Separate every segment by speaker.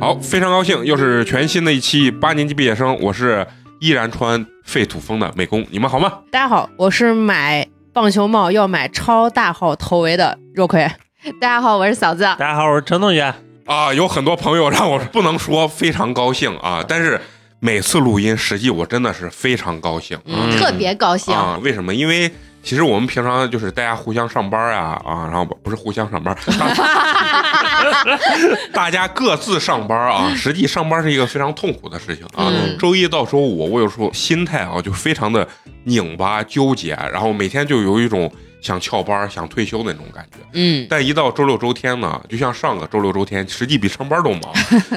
Speaker 1: 好，非常高兴，又是全新的一期八年级毕业生，我是依然穿废土风的美工，你们好吗？
Speaker 2: 大家好，我是买棒球帽要买超大号头围的肉葵。
Speaker 3: 大家好，我是嫂子。
Speaker 4: 大家好，我是陈同学。
Speaker 1: 啊，有很多朋友让我不能说非常高兴啊，但是每次录音，实际我真的是非常高兴，
Speaker 4: 嗯
Speaker 3: 特别高兴，
Speaker 1: 啊，为什么？因为其实我们平常就是大家互相上班啊啊，然后不不是互相上班，大大家 各自上班啊。实际上班是一个非常痛苦的事情啊。
Speaker 3: 嗯
Speaker 1: 周一到周五，我有时候心态啊就非常的拧巴纠结，然后每天就有一种想翘班、想退休的那种感觉。
Speaker 2: 嗯，
Speaker 1: 但一到周六周天呢，就像上个周六周天，实际比上班都忙，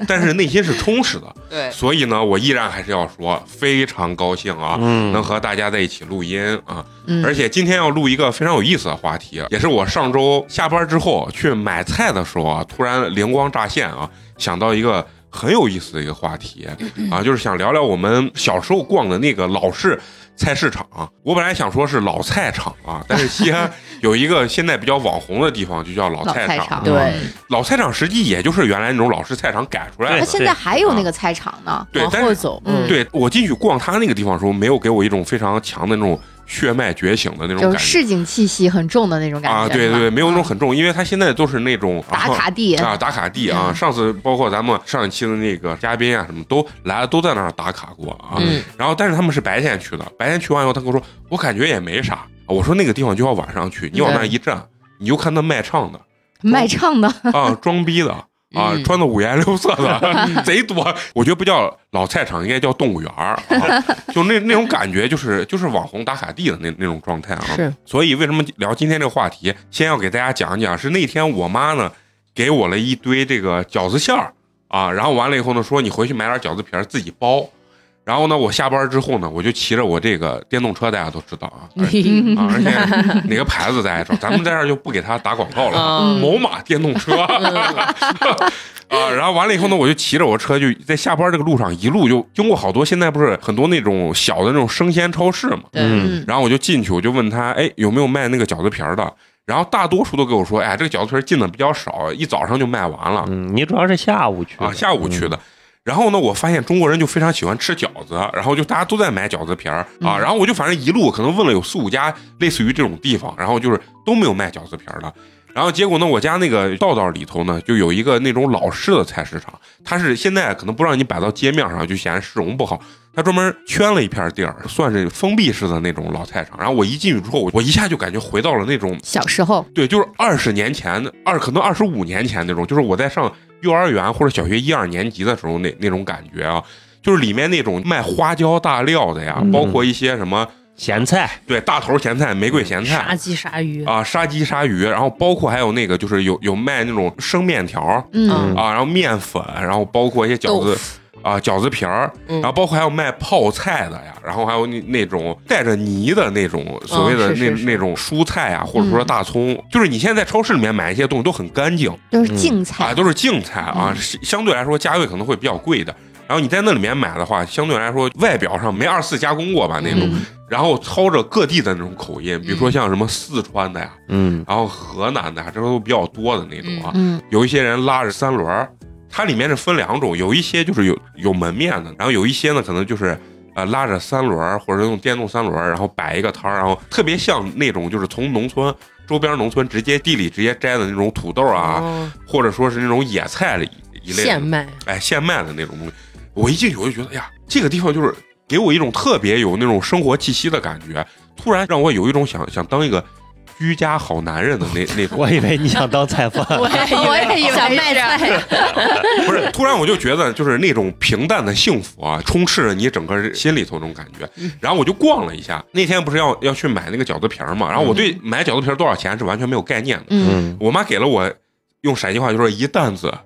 Speaker 1: 但是内心是充实的。
Speaker 2: 对
Speaker 1: 所以呢，我依然还是要说，非常高兴啊，
Speaker 4: 嗯
Speaker 1: 能和大家在一起录音啊！
Speaker 3: 嗯
Speaker 1: 而且今天要录一个非常有意思的话题，啊也是我上周下班之后去买菜的时候啊，突然灵光乍现啊，想到一个很有意思的一个话题啊，就是想聊聊我们小时候逛的那个老式。菜市场，我本来想说是老菜场啊，但是西安有一个现在比较网红的地方，就叫老
Speaker 3: 老
Speaker 1: 菜
Speaker 3: 哦菜
Speaker 1: 场。嗯
Speaker 3: 场
Speaker 2: 对，
Speaker 1: 老菜场实际也就是原来那种老式菜场改出来
Speaker 3: 那
Speaker 1: 的。
Speaker 3: 现在
Speaker 1: 嗯
Speaker 3: 还有那个菜场呢，
Speaker 1: 对，
Speaker 2: 往
Speaker 1: 但是
Speaker 2: 后走，
Speaker 3: 嗯
Speaker 1: 对我进去逛他那个地方的时候，没有给我一种非常强的那种血脉觉醒的那种
Speaker 3: 就
Speaker 1: 感
Speaker 3: 是
Speaker 1: 觉
Speaker 3: 市井气息很重的那种感觉。
Speaker 1: 啊，对
Speaker 3: 是吧
Speaker 1: 对
Speaker 3: 嗯
Speaker 1: 对，没有那种很重，因为他现在都是那种
Speaker 3: 打卡地，
Speaker 1: 啊打卡地啊。
Speaker 3: 嗯
Speaker 1: 上次包括咱们上一期的那个嘉宾啊，什么都来了，都在那儿打卡过啊。
Speaker 2: 嗯
Speaker 1: 然后但是他们是白天去的，白天去完以后，他跟我说，我感觉也没啥。啊我说那个地方就要晚上去，你往那儿一站，你就看那卖唱的。
Speaker 3: 卖唱的，
Speaker 1: 啊，装逼的啊，
Speaker 2: 嗯
Speaker 1: 穿的五颜六色的， 贼多。我觉得不叫老菜场，应该叫动物园儿、啊， 就那那种感觉，就是就是网红打卡地的那那种状态啊。
Speaker 2: 是，
Speaker 1: 所以为什么聊今天这个话题，先要给大家讲讲，是那天我妈呢给我了一堆这个饺子馅儿啊，然后完了以后呢，说你回去买点饺子皮儿自己包。然后呢，我下班之后呢，我就骑着我这个电动车，大家都知道 啊，而
Speaker 2: 嗯
Speaker 1: 啊而且哪个牌子大家知道，咱们在这儿就不给他打广告了啊。
Speaker 2: 嗯
Speaker 1: 某马电动车 啊，然后完了以后呢，我就骑着我车就在下班这个路上一路就经过好多，现在不是很多那种小的那种生鲜超市嘛，
Speaker 2: 对，
Speaker 3: 嗯，
Speaker 1: 然后我就进去，我就问他，哎，有没有卖那个饺子皮儿的？然后大多数都给我说，哎，这个饺子皮儿进的比较少，一早上就卖完了
Speaker 4: 嗯，你主要是下午去的嗯
Speaker 1: 啊，下午去的。然后呢，我发现中国人就非常喜欢吃饺子，然后就大家都在买饺子皮儿
Speaker 4: 嗯
Speaker 1: 啊。然后我就反正一路可能问了有四五家类似于这种地方，然后就是都没有卖饺子皮儿的。然后结果呢，我家那个道道里头呢，就有一个那种老式的菜市场，它是现在可能不让你摆到街面上，就显得市容不好。它专门圈了一片地儿，算是封闭式的那种老菜场。然后我一进去之后，我我一下就感觉回到了那种
Speaker 3: 小时候，
Speaker 1: 对，就是二十年前的二，可能二十五年前那种，就是我在上幼儿园或者小学一二年级的时候那那种感觉啊，就是里面那种卖花椒大料的呀，
Speaker 4: 嗯
Speaker 1: 包括一些什么
Speaker 4: 咸菜，
Speaker 1: 对大头咸菜、玫瑰咸
Speaker 2: 杀
Speaker 1: 菜
Speaker 2: 鸡杀鱼，
Speaker 1: 啊，杀鸡杀鱼，然后包括还有那个就是有有卖那种生面条儿
Speaker 3: 嗯
Speaker 2: 嗯
Speaker 1: 啊，然后面粉，然后包括一些饺
Speaker 2: 豆
Speaker 1: 子。啊，饺子皮儿，
Speaker 2: 嗯
Speaker 1: 然后包括还有卖泡菜的呀，然后还有那那种带着泥的那种所谓的
Speaker 2: 嗯
Speaker 1: 那、
Speaker 2: 是是是
Speaker 1: 那种蔬菜啊，或者说大葱，就是你现在在超市里面买一些东西都很干净
Speaker 3: 都是净
Speaker 1: 啊，
Speaker 3: 菜，嗯
Speaker 1: 都是净菜啊，是相对来说价位可能会比较贵的。然后你在那里面买的话，相对来说外表上没二次加工过吧那种，
Speaker 3: 嗯
Speaker 1: 然后操着各地的那种口音，比如说像什么四川的呀，
Speaker 4: 嗯，
Speaker 1: 然后河南的呀，这都比较多的那种啊。
Speaker 3: 嗯
Speaker 1: 有一些人拉着三轮儿，它里面是分两种，有一些就是有有门面的，然后有一些呢可能就是呃拉着三轮儿或者用电动三轮儿，然后摆一个摊儿，然后特别像那种就是从农村周边农村直接地里直接摘的那种土豆啊，
Speaker 2: 哦，
Speaker 1: 或者说是那种野菜的一一类的
Speaker 2: 现卖，
Speaker 1: 哎现卖的那种东西。我一进去我就觉得，哎呀，这个地方就是给我一种特别有那种生活气息的感觉，突然让我有一种想想当一个居家好男人的那那种。
Speaker 4: 我以为你想当菜贩，
Speaker 3: 我也以为
Speaker 2: 想卖菜，
Speaker 1: 不是，突然我就觉得就是那种平淡的幸福啊，充斥着你整个心里头那种感觉。然后我就逛了一下，那天不是要要去买那个饺子皮儿嘛，然后我对买饺子皮儿多少钱是完全没有概念的。
Speaker 3: 嗯，
Speaker 4: 嗯，
Speaker 1: 我妈给了我用陕西话就说一担子啊，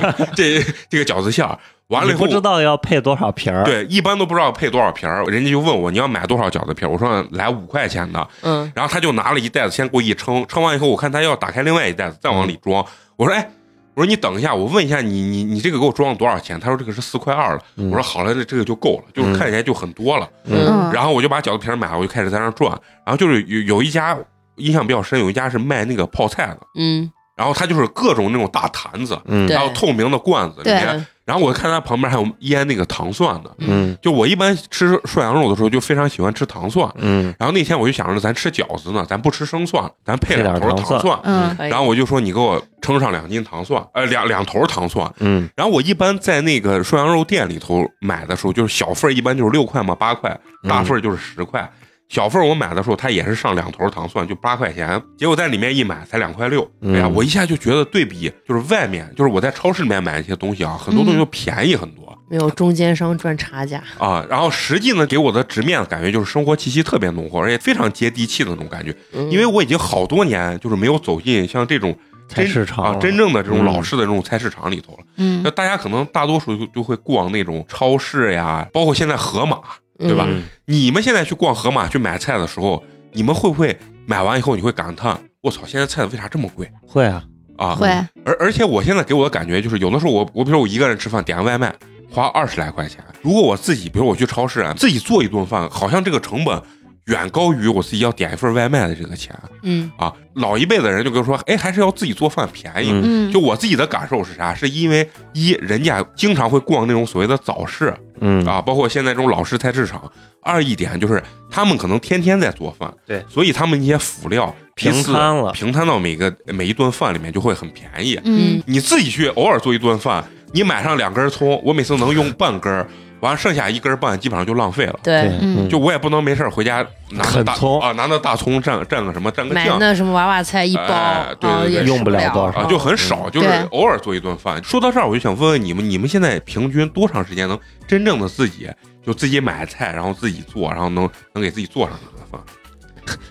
Speaker 1: 这这个饺子馅儿，完了以
Speaker 4: 你
Speaker 1: 后
Speaker 4: 不知道要配多少皮儿，
Speaker 1: 对，一般都不知道配多少皮儿，人家就问我你要买多少饺子皮儿，我说来五块钱的，
Speaker 2: 嗯，
Speaker 1: 然后他就拿了一袋子，先给我一称，称完以后，我看他要打开另外一袋子，再往里装。我说：“哎，我说你等一下，我问一下你你你这个给我装了多少钱？他说这个是四块二了。
Speaker 4: 嗯
Speaker 1: 我说好了，这这个就够了，就是看起来就很多了。
Speaker 4: 嗯
Speaker 3: 嗯，
Speaker 1: 然后我就把饺子皮儿买了，我就开始在那儿转。然后就是有有一家印象比较深，有一家是卖那个泡菜的，
Speaker 2: 嗯，
Speaker 1: 然后他就是各种那种大坛子，
Speaker 4: 嗯
Speaker 2: 对
Speaker 1: 还有透明的罐子里
Speaker 3: 对
Speaker 1: 面。然后我看他旁边还有腌那个糖蒜的，
Speaker 4: 嗯
Speaker 1: 就我一般吃涮羊肉的时候就非常喜欢吃糖蒜。
Speaker 4: 嗯
Speaker 1: 然后那天我就想着咱吃饺子呢，咱不吃生蒜，咱配两头
Speaker 4: 配点
Speaker 1: 糖
Speaker 4: 糖蒜
Speaker 1: 蒜。
Speaker 3: 嗯
Speaker 2: 可以
Speaker 1: 然后我就说你给我称上两斤糖蒜，呃，两两头糖蒜。
Speaker 4: 嗯
Speaker 1: 然后我一般在那个涮羊肉店里头买的时候，就是小份儿一般就是六块嘛，八块，大份儿就是十块。小份儿我买的时候，它也是上两头糖蒜，就八块钱。结果在里面一买才两块六，
Speaker 4: 嗯
Speaker 1: 哎呀，我一下就觉得对比就是外面，就是我在超市里面买一些东西啊，很多东西就便宜很多、
Speaker 2: 没有中间商赚差价，
Speaker 1: 啊。然后实际呢，给我的直面的感觉就是生活气息特别浓厚，而且非常接地气的那种感觉。
Speaker 2: 嗯
Speaker 1: 因为我已经好多年就是没有走进像这种
Speaker 4: 菜
Speaker 1: 真
Speaker 4: 市场
Speaker 1: 啊，
Speaker 4: 了
Speaker 1: 真正的这种
Speaker 4: 嗯
Speaker 1: 老式的这种菜市场里头了。
Speaker 3: 嗯
Speaker 1: 那大家可能大多数就就会逛那种超市呀，包括现在盒马，对吧？
Speaker 4: 嗯
Speaker 1: 你们现在去逛盒马去买菜的时候，你们会不会买完以后你会感叹，我操，现在菜为啥这么贵
Speaker 4: 会啊，
Speaker 1: 啊？
Speaker 3: 会。
Speaker 1: 而而且我现在给我的感觉就是，有的时候我我比如说我一个人吃饭点个外卖，花二十来块钱，如果我自己，比如我去超市啊，自己做一顿饭，好像这个成本。远高于我自己要点一份外卖的这个钱
Speaker 2: 嗯
Speaker 1: 啊！老一辈的人就跟我说，哎，还是要自己做饭便宜。
Speaker 4: 嗯
Speaker 3: 嗯，
Speaker 1: 就我自己的感受是啥？是因为一人家经常会逛那种所谓的早市
Speaker 4: 嗯
Speaker 1: 啊，包括现在这种老式菜市场。二一点就是他们可能天天在做饭，
Speaker 4: 对
Speaker 1: 所以他们一些辅料
Speaker 4: 平
Speaker 1: 批次
Speaker 4: 摊了
Speaker 1: 平摊到每个每一顿饭里面就会很便宜。
Speaker 3: 嗯
Speaker 1: 你自己去偶尔做一顿饭，你买上两根葱，我每次能用半根儿，完了剩下一根半基本上就浪费了。
Speaker 2: 对，
Speaker 3: 嗯
Speaker 1: 就我也不能没事儿回家拿个
Speaker 4: 啃
Speaker 1: 大
Speaker 4: 葱
Speaker 1: 啊，拿那大葱蘸蘸个什么蘸个
Speaker 2: 买
Speaker 1: 酱，
Speaker 2: 那什么娃娃菜一包，
Speaker 1: 哎对对
Speaker 2: 啊
Speaker 1: 对
Speaker 2: 也吃
Speaker 4: 用不
Speaker 2: 不
Speaker 4: 了多少
Speaker 1: 啊，就很少，就是
Speaker 3: 哦对
Speaker 1: 偶尔做一顿饭。说到这儿，我就想问问你们，你们现在平均多长时间能真正的自己就自己买菜，然后自己做，然后能能给自己做上一顿饭？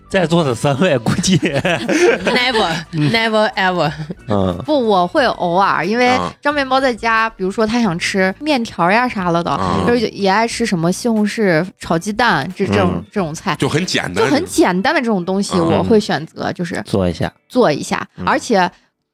Speaker 4: 在座的三位估计
Speaker 2: never never ever，
Speaker 4: 嗯
Speaker 3: 不，我会偶尔，因为
Speaker 1: 啊
Speaker 3: 张面包在家，比如说他想吃面条呀啥了的，
Speaker 1: 啊
Speaker 3: 就是也爱吃什么西红柿炒鸡蛋这这种
Speaker 4: 嗯
Speaker 3: 这种菜。
Speaker 1: 就很简
Speaker 3: 就
Speaker 1: 单，
Speaker 3: 很简单的这种东西，
Speaker 1: 嗯
Speaker 3: 我会选择就是
Speaker 4: 做一下
Speaker 3: 做一下，
Speaker 4: 嗯
Speaker 3: 而且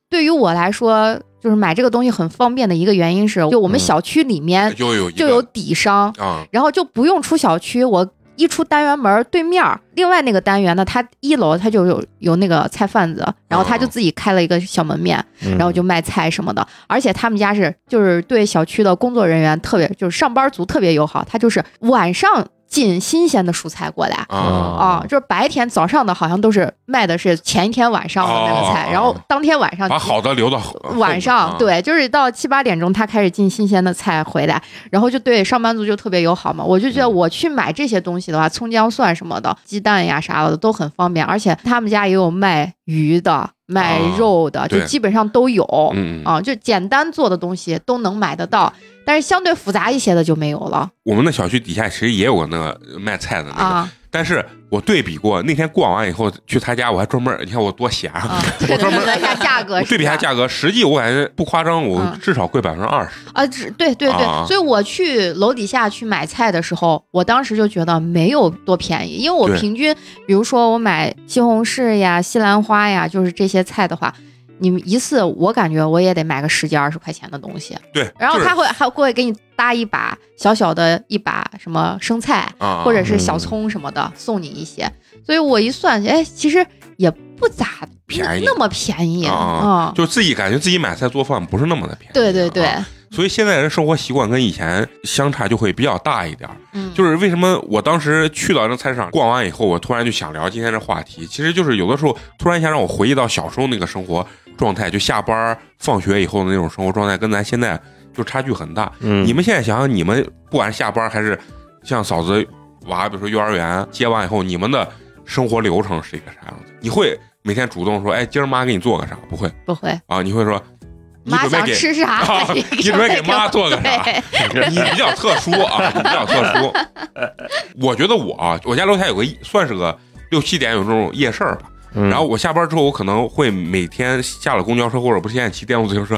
Speaker 3: 对于我来说，就是买这个东西很方便的一个原因是，就我们
Speaker 4: 嗯
Speaker 3: 小区里面
Speaker 1: 就有一个
Speaker 3: 就有底商，
Speaker 1: 啊
Speaker 3: 然后就不用出小区，我一出单元门儿对面儿，另外那个单元呢，它一楼它就有有那个菜贩子，然后他就自己开了一个小门面，
Speaker 4: 哦嗯
Speaker 3: 然后就卖菜什么的。而且他们家是就是对小区的工作人员特别就是上班族特别友好，他就是晚上进新鲜的蔬菜过来。
Speaker 1: 啊
Speaker 3: 啊，就是白天早上的，好像都是卖的是前一天晚上的那个菜，
Speaker 1: 哦
Speaker 3: 然后当天晚上
Speaker 1: 把好的留到后
Speaker 3: 啊
Speaker 1: 啊
Speaker 3: 晚上，，对，就是到七八点钟，他开始进新鲜的菜回来，然后就对上班族就特别友好嘛。我就觉得
Speaker 1: 嗯
Speaker 3: 我去买这些东西的话，葱姜蒜什么的，鸡蛋呀啥的都很方便，而且他们家也有卖鱼的、卖肉的，就
Speaker 1: 啊对
Speaker 3: 基本上都有。
Speaker 1: 后嗯，嗯
Speaker 3: 啊，就简单做的东西都能买得到，但是相对复杂一些的就没有了
Speaker 1: 我们的小区底下其实也有个那个卖菜的那个，
Speaker 3: 啊
Speaker 1: 但是我对比过，那天逛完以后去他家，我还专门，你看我多闲啊，
Speaker 3: 啊！对，对 对一下价格
Speaker 1: 我
Speaker 3: 是吧，
Speaker 1: 对比一下价格，实际我感觉不夸张，我
Speaker 3: 嗯
Speaker 1: 至少贵百分之二十
Speaker 3: 啊，只对对对，
Speaker 1: 啊
Speaker 3: 所以我去楼底下去买菜的时候，我当时就觉得没有多便宜，因为我
Speaker 1: 对
Speaker 3: 平均，比如说我买西红柿呀、西兰花呀，就是这些菜的话，你们一次我感觉我也得买个十几二十块钱的东西，
Speaker 1: 对，
Speaker 3: 然后
Speaker 1: 就是
Speaker 3: 他会还会给你搭一把小小的一把什么生菜
Speaker 1: 啊，
Speaker 3: 或者是小葱什么的送你一些，所以我一算，哎，其实也不咋
Speaker 1: 便宜
Speaker 3: 那那么便宜
Speaker 1: 啊
Speaker 3: 啊，
Speaker 1: 就自己感觉自己买菜做饭不是那么的便宜。
Speaker 3: 对对对，
Speaker 1: 啊所以现在人生活习惯跟以前相差就会比较大一点儿。
Speaker 3: 嗯，
Speaker 1: 就是为什么我当时去到那菜市场逛完以后，我突然就想聊今天这话题，其实就是有的时候突然一下让我回忆到小时候那个生活状态，就下班儿放学以后的那种生活状态，跟咱现在就差距很大。
Speaker 4: 嗯
Speaker 1: 你们现在想想，你们不管是下班儿还是像嫂子娃，比如说幼儿园接完以后，你们的生活流程是一个啥样子？你会每天主动说，哎，今儿妈给你做个啥？不会。
Speaker 3: 不会。
Speaker 1: 啊，你会说，你
Speaker 3: 妈
Speaker 1: 准备
Speaker 3: 想
Speaker 1: 给
Speaker 3: 吃啥哎
Speaker 1: 啊，
Speaker 3: 你
Speaker 1: 你准备给妈做个啥
Speaker 3: 对
Speaker 1: 你比较特殊啊，你比较特殊。我觉得我啊，我家楼下有个算是个六七点有这种夜市儿吧，
Speaker 4: 嗯
Speaker 1: 然后我下班之后，我可能会每天下了公交车或者不是现在骑电动自行车，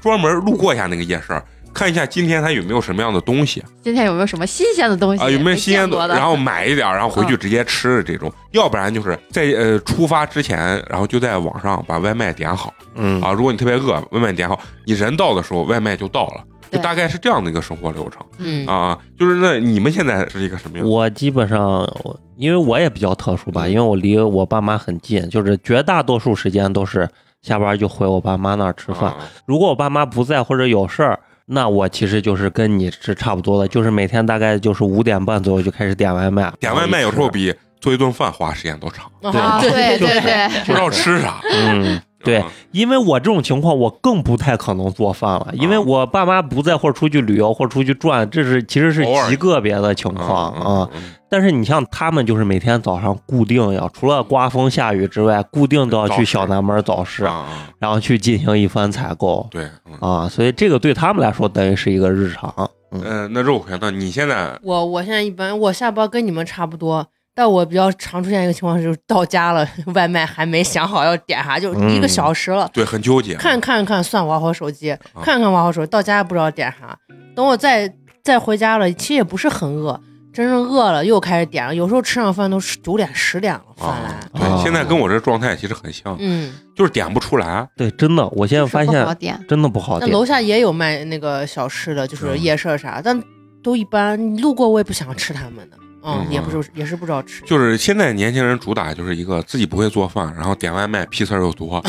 Speaker 1: 专门路过一下那个夜市儿。看一下今天它有没有什么样的东西
Speaker 3: 今天有没有什么新鲜的东西？
Speaker 1: 啊，有没有新鲜
Speaker 3: 没见过
Speaker 1: 的，
Speaker 3: 的？
Speaker 1: 然后买一点，然后回去直接吃这种。要不然就是在呃出发之前，然后就在网上把外卖点好
Speaker 4: 嗯，
Speaker 1: 啊。如果你特别饿，外卖点好，你人到的时候外卖就到了，就
Speaker 3: 对
Speaker 1: 大概是这样的一个生活流程
Speaker 2: 嗯
Speaker 1: 啊。就是那你们现在是一个什么样？
Speaker 4: 我基本上我因为我也比较特殊
Speaker 1: 嗯
Speaker 4: 吧，因为我离我爸妈很近，就是绝大多数时间都是下班就回我爸妈那儿吃饭。
Speaker 1: 啊
Speaker 4: 如果我爸妈不在或者有事儿，那我其实就是跟你是差不多的，就是每天大概就是五点半左右就开始点外卖，
Speaker 1: 点外卖有时候比做一顿饭花时间都长，
Speaker 3: 啊，
Speaker 4: 对
Speaker 3: 对
Speaker 4: 就是
Speaker 3: 对对，
Speaker 1: 不知道吃啥。
Speaker 4: 嗯， 对
Speaker 1: 啊，
Speaker 4: 因为我这种情况，我更不太可能做饭了，因为我爸妈不在或者出去旅游或者出去转，这是其实是
Speaker 1: 偶尔
Speaker 4: 极个别的情况
Speaker 1: 嗯
Speaker 4: 啊。但是你像他们，就是每天早上固定要，除了刮风下雨之外，固定都要
Speaker 1: 早市
Speaker 4: 去小南门早
Speaker 1: 是
Speaker 4: 市，
Speaker 1: 啊，
Speaker 4: 然后去进行一番采购
Speaker 1: 对，嗯
Speaker 4: 啊。所以这个对他们来说，等于是一个日常。嗯
Speaker 1: 呃，那肉葵呢？你现在
Speaker 2: 我我现在一般我下班跟你们差不多，但我比较常出现一个情况就是到家了，外卖还没想好要点啥，就一个
Speaker 4: 嗯
Speaker 2: 小时了。
Speaker 1: 对很纠结，
Speaker 2: 看看看，算玩会儿手机，看看玩会儿手机，到家也不知道点啥。等我再再回家了，其实也不是很饿，真正饿了又开始点了。有时候吃上饭都是九点十点了，饭来。
Speaker 1: 啊，对，
Speaker 4: 啊
Speaker 1: 现在跟我这状态其实很像，
Speaker 2: 嗯，
Speaker 1: 就是点不出来，啊
Speaker 4: 对，真的，我现在发
Speaker 3: 是不好
Speaker 4: 现
Speaker 3: 点，
Speaker 4: 真的不好
Speaker 2: 那
Speaker 4: 点。
Speaker 2: 楼下也有卖那个小吃的，就是
Speaker 1: 嗯
Speaker 2: 夜市啥，但都一般。路过我也不想吃他们的，嗯，
Speaker 1: 嗯
Speaker 2: 也不是也是不知道吃。
Speaker 1: 就是现在年轻人主打就是一个自己不会做饭，然后点外卖批次儿又多，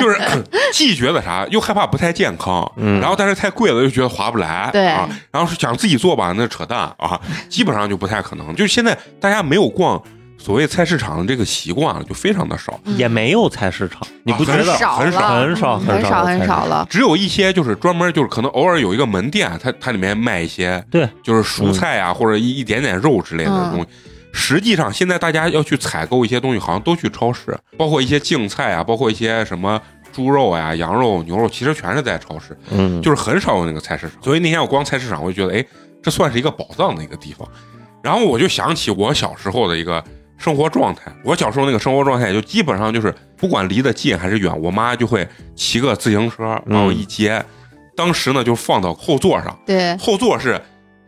Speaker 1: 就是 既觉得啥又害怕不太健康，
Speaker 4: 嗯
Speaker 1: 然后但是太贵了又觉得划不来，
Speaker 3: 对
Speaker 1: 啊，然后是想自己做吧，那扯淡啊，基本上就不太可能。就是现在大家没有逛所谓菜市场的这个习惯了，就非常的少。
Speaker 4: 嗯也没有菜市场，你不
Speaker 1: 啊
Speaker 4: 觉
Speaker 1: 很
Speaker 4: 得？
Speaker 3: 少
Speaker 1: 很
Speaker 3: 了，嗯
Speaker 1: 少
Speaker 4: 很少
Speaker 3: 很
Speaker 4: 很少
Speaker 3: 少
Speaker 4: 了
Speaker 3: 很
Speaker 4: 才
Speaker 3: 少
Speaker 4: 是
Speaker 3: 了。
Speaker 1: 只有一些就是专门就是可能偶尔有一个门店，它它里面卖一些
Speaker 4: 对，
Speaker 1: 就是蔬菜啊、或者一一点点肉之类的东西。实际上，现在大家要去采购一些东西，好像都去超市，包括一些净菜啊，包括一些什么猪肉呀、羊肉、牛肉，其实全是在超市，
Speaker 4: 嗯，
Speaker 1: 就是很少有那个菜市场。所以那天我逛菜市场，我就觉得，哎，这算是一个宝藏的一个地方。然后我就想起我小时候的一个生活状态，我小时候那个生活状态就基本上就是不管离得近还是远，我妈就会骑个自行车
Speaker 4: 嗯
Speaker 1: 然后一接，当时呢就放到后座上，
Speaker 4: 哎
Speaker 3: 对，
Speaker 1: 后座是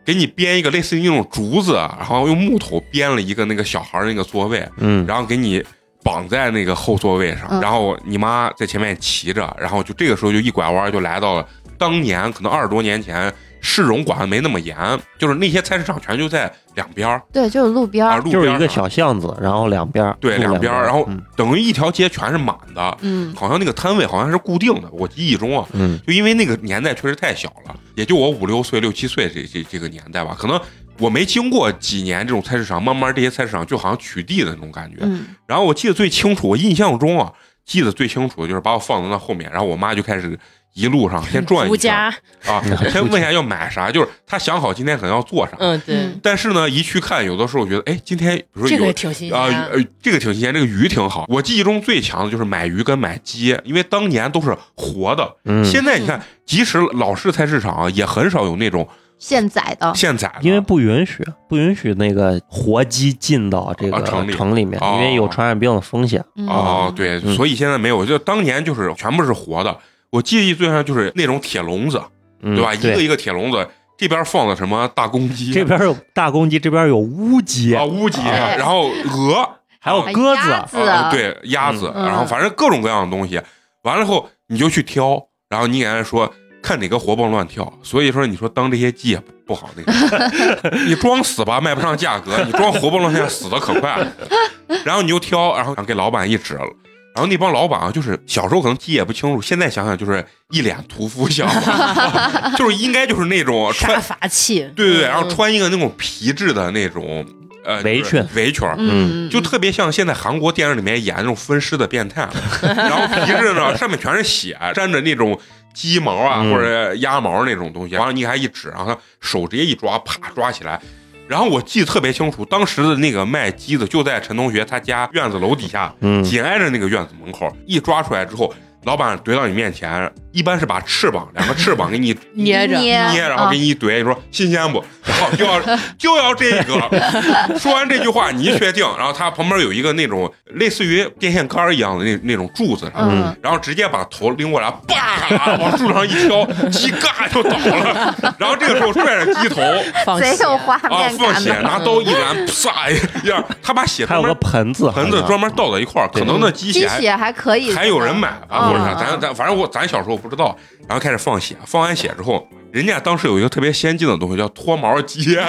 Speaker 1: 给你编一个类似于那种竹子，然后用木头编了一个那个小孩儿那个座位，
Speaker 4: 嗯，
Speaker 1: 然后给你绑在那个后座位上，
Speaker 3: 嗯
Speaker 1: 然后你妈在前面骑着，然后就这个时候就一拐弯就来到了当年可能二十多年前市容管的没那么严，就是那些菜市场全就在两边儿
Speaker 3: 对，就是路边
Speaker 1: 啊
Speaker 3: 儿，
Speaker 1: 路边
Speaker 4: 就是一
Speaker 1: 儿
Speaker 4: 个
Speaker 1: 上，
Speaker 4: 小巷子，然后两边儿
Speaker 1: 对
Speaker 4: 路
Speaker 1: 两边儿然后
Speaker 4: 嗯
Speaker 1: 等于一条街全是满的，
Speaker 3: 嗯，
Speaker 1: 好像那个摊位好像是固定的，我记忆中啊，
Speaker 4: 嗯
Speaker 1: 就因为那个年代确实太小了，也就我五六岁、六七岁这这这个年代吧，可能我没经过几年这种菜市场，慢慢这些菜市场就好像取缔的那种感觉。
Speaker 3: 嗯，
Speaker 1: 然后我记得最清楚，我印象中啊，记得最清楚的就是把我放到那后面，然后我妈就开始一路上先转
Speaker 2: 吴
Speaker 1: 一圈
Speaker 2: 嗯家，
Speaker 1: 啊，先问一下要买啥，就是她想好今天可能要做啥。
Speaker 2: 嗯，对
Speaker 3: 嗯，
Speaker 1: 但是呢，一去看，有的时候觉得，哎，今天比如说
Speaker 2: 这
Speaker 1: 有
Speaker 2: 个也挺新鲜
Speaker 1: 啊、
Speaker 2: 的。
Speaker 1: 呃，这个挺新鲜，这个鱼挺好。我记忆中最强的就是买鱼跟买鸡，因为当年都是活的。
Speaker 4: 嗯，
Speaker 1: 现在你看，即使老式菜市场啊也很少有那种
Speaker 3: 现宰的，
Speaker 1: 现宰的，
Speaker 4: 因为不允许不允许那个活鸡进到这
Speaker 1: 啊
Speaker 4: 个
Speaker 1: 城里
Speaker 4: 城里面，
Speaker 1: 哦
Speaker 4: 因为有传染病的风险。
Speaker 3: 嗯
Speaker 1: 哦，，对，
Speaker 4: 嗯
Speaker 1: 所以现在没有，就当年就是全部是活的。我记忆最深就是那种铁笼子，
Speaker 4: 嗯
Speaker 1: 对吧？一个
Speaker 4: 对
Speaker 1: 一个铁笼子，这边放的什么大公鸡，
Speaker 4: 这边有大公鸡，这边有乌鸡
Speaker 1: 啊，乌鸡，
Speaker 4: 哎
Speaker 1: 然后鹅，
Speaker 4: 还有
Speaker 1: 啊
Speaker 4: 鸽
Speaker 3: 鸭
Speaker 4: 子。
Speaker 3: 子
Speaker 1: 啊，对，鸭子，
Speaker 3: 嗯
Speaker 1: 然后反正各种各样的东西，完了后你就去挑，然后你给人说看哪个活蹦乱跳，所以说你说当这些鸡也不好那个， 你装死吧卖不上价格，你装活蹦乱跳死的可快，然后你就挑，然后给老板一指了。然后那帮老板啊，就是小时候可能记也不清楚，现在想想就是一脸屠夫相， 就是应该就是那 种
Speaker 2: 杀
Speaker 1: 穿，
Speaker 2: 伐器，
Speaker 1: 对对对，
Speaker 2: 嗯
Speaker 1: 然后穿一个那种皮质的那种呃
Speaker 4: 围
Speaker 1: 就是
Speaker 4: 裙
Speaker 1: 围裙儿，
Speaker 3: 嗯，
Speaker 1: 就特别像现在韩国电影里面演那种分尸的变态，然后皮质呢上面全是血，沾着那种鸡毛啊
Speaker 4: 嗯
Speaker 1: 或者鸭毛那种东西，完了你还一指，然后他手直接一抓，啪抓起来。然后我记得特别清楚，当时的那个卖鸡的就在陈同学他家院子楼底下，
Speaker 4: 嗯
Speaker 1: 紧挨着那个院子门口，一抓出来之后，老板怼到你面前，一一般是把翅膀两个翅膀给你
Speaker 2: 捏着
Speaker 3: 嗯捏
Speaker 1: 捏，然后给你一怼，你说新鲜不？然后就要就要这个。说完这句话，你一确定，然后它旁边有一个那种类似于电线杆一样的那那种柱子上，
Speaker 3: 嗯
Speaker 1: 然后直接把头拎过来，叭往树上一挑，鸡嘎就倒了。然后这个时候拽着鸡头
Speaker 2: 放
Speaker 3: 贼
Speaker 2: 血
Speaker 3: 有画
Speaker 1: 啊
Speaker 3: 面
Speaker 1: 放
Speaker 3: 感
Speaker 1: 血，
Speaker 3: 的。
Speaker 1: 拿刀一拦，啪一样，他把血
Speaker 4: 还
Speaker 1: 专
Speaker 4: 有
Speaker 1: 门
Speaker 4: 个盆子，
Speaker 1: 盆子
Speaker 4: 好像
Speaker 1: 专门倒在一块儿，可能那鸡
Speaker 3: 鸡
Speaker 1: 血
Speaker 3: 血还可以，
Speaker 1: 还有人买吧，
Speaker 3: 嗯
Speaker 1: 或者啥，
Speaker 3: 嗯
Speaker 1: 咱咱反正我咱小时候不知道，然后开始放血，放完血之后，人家当时有一个特别先进的东西叫脱毛机，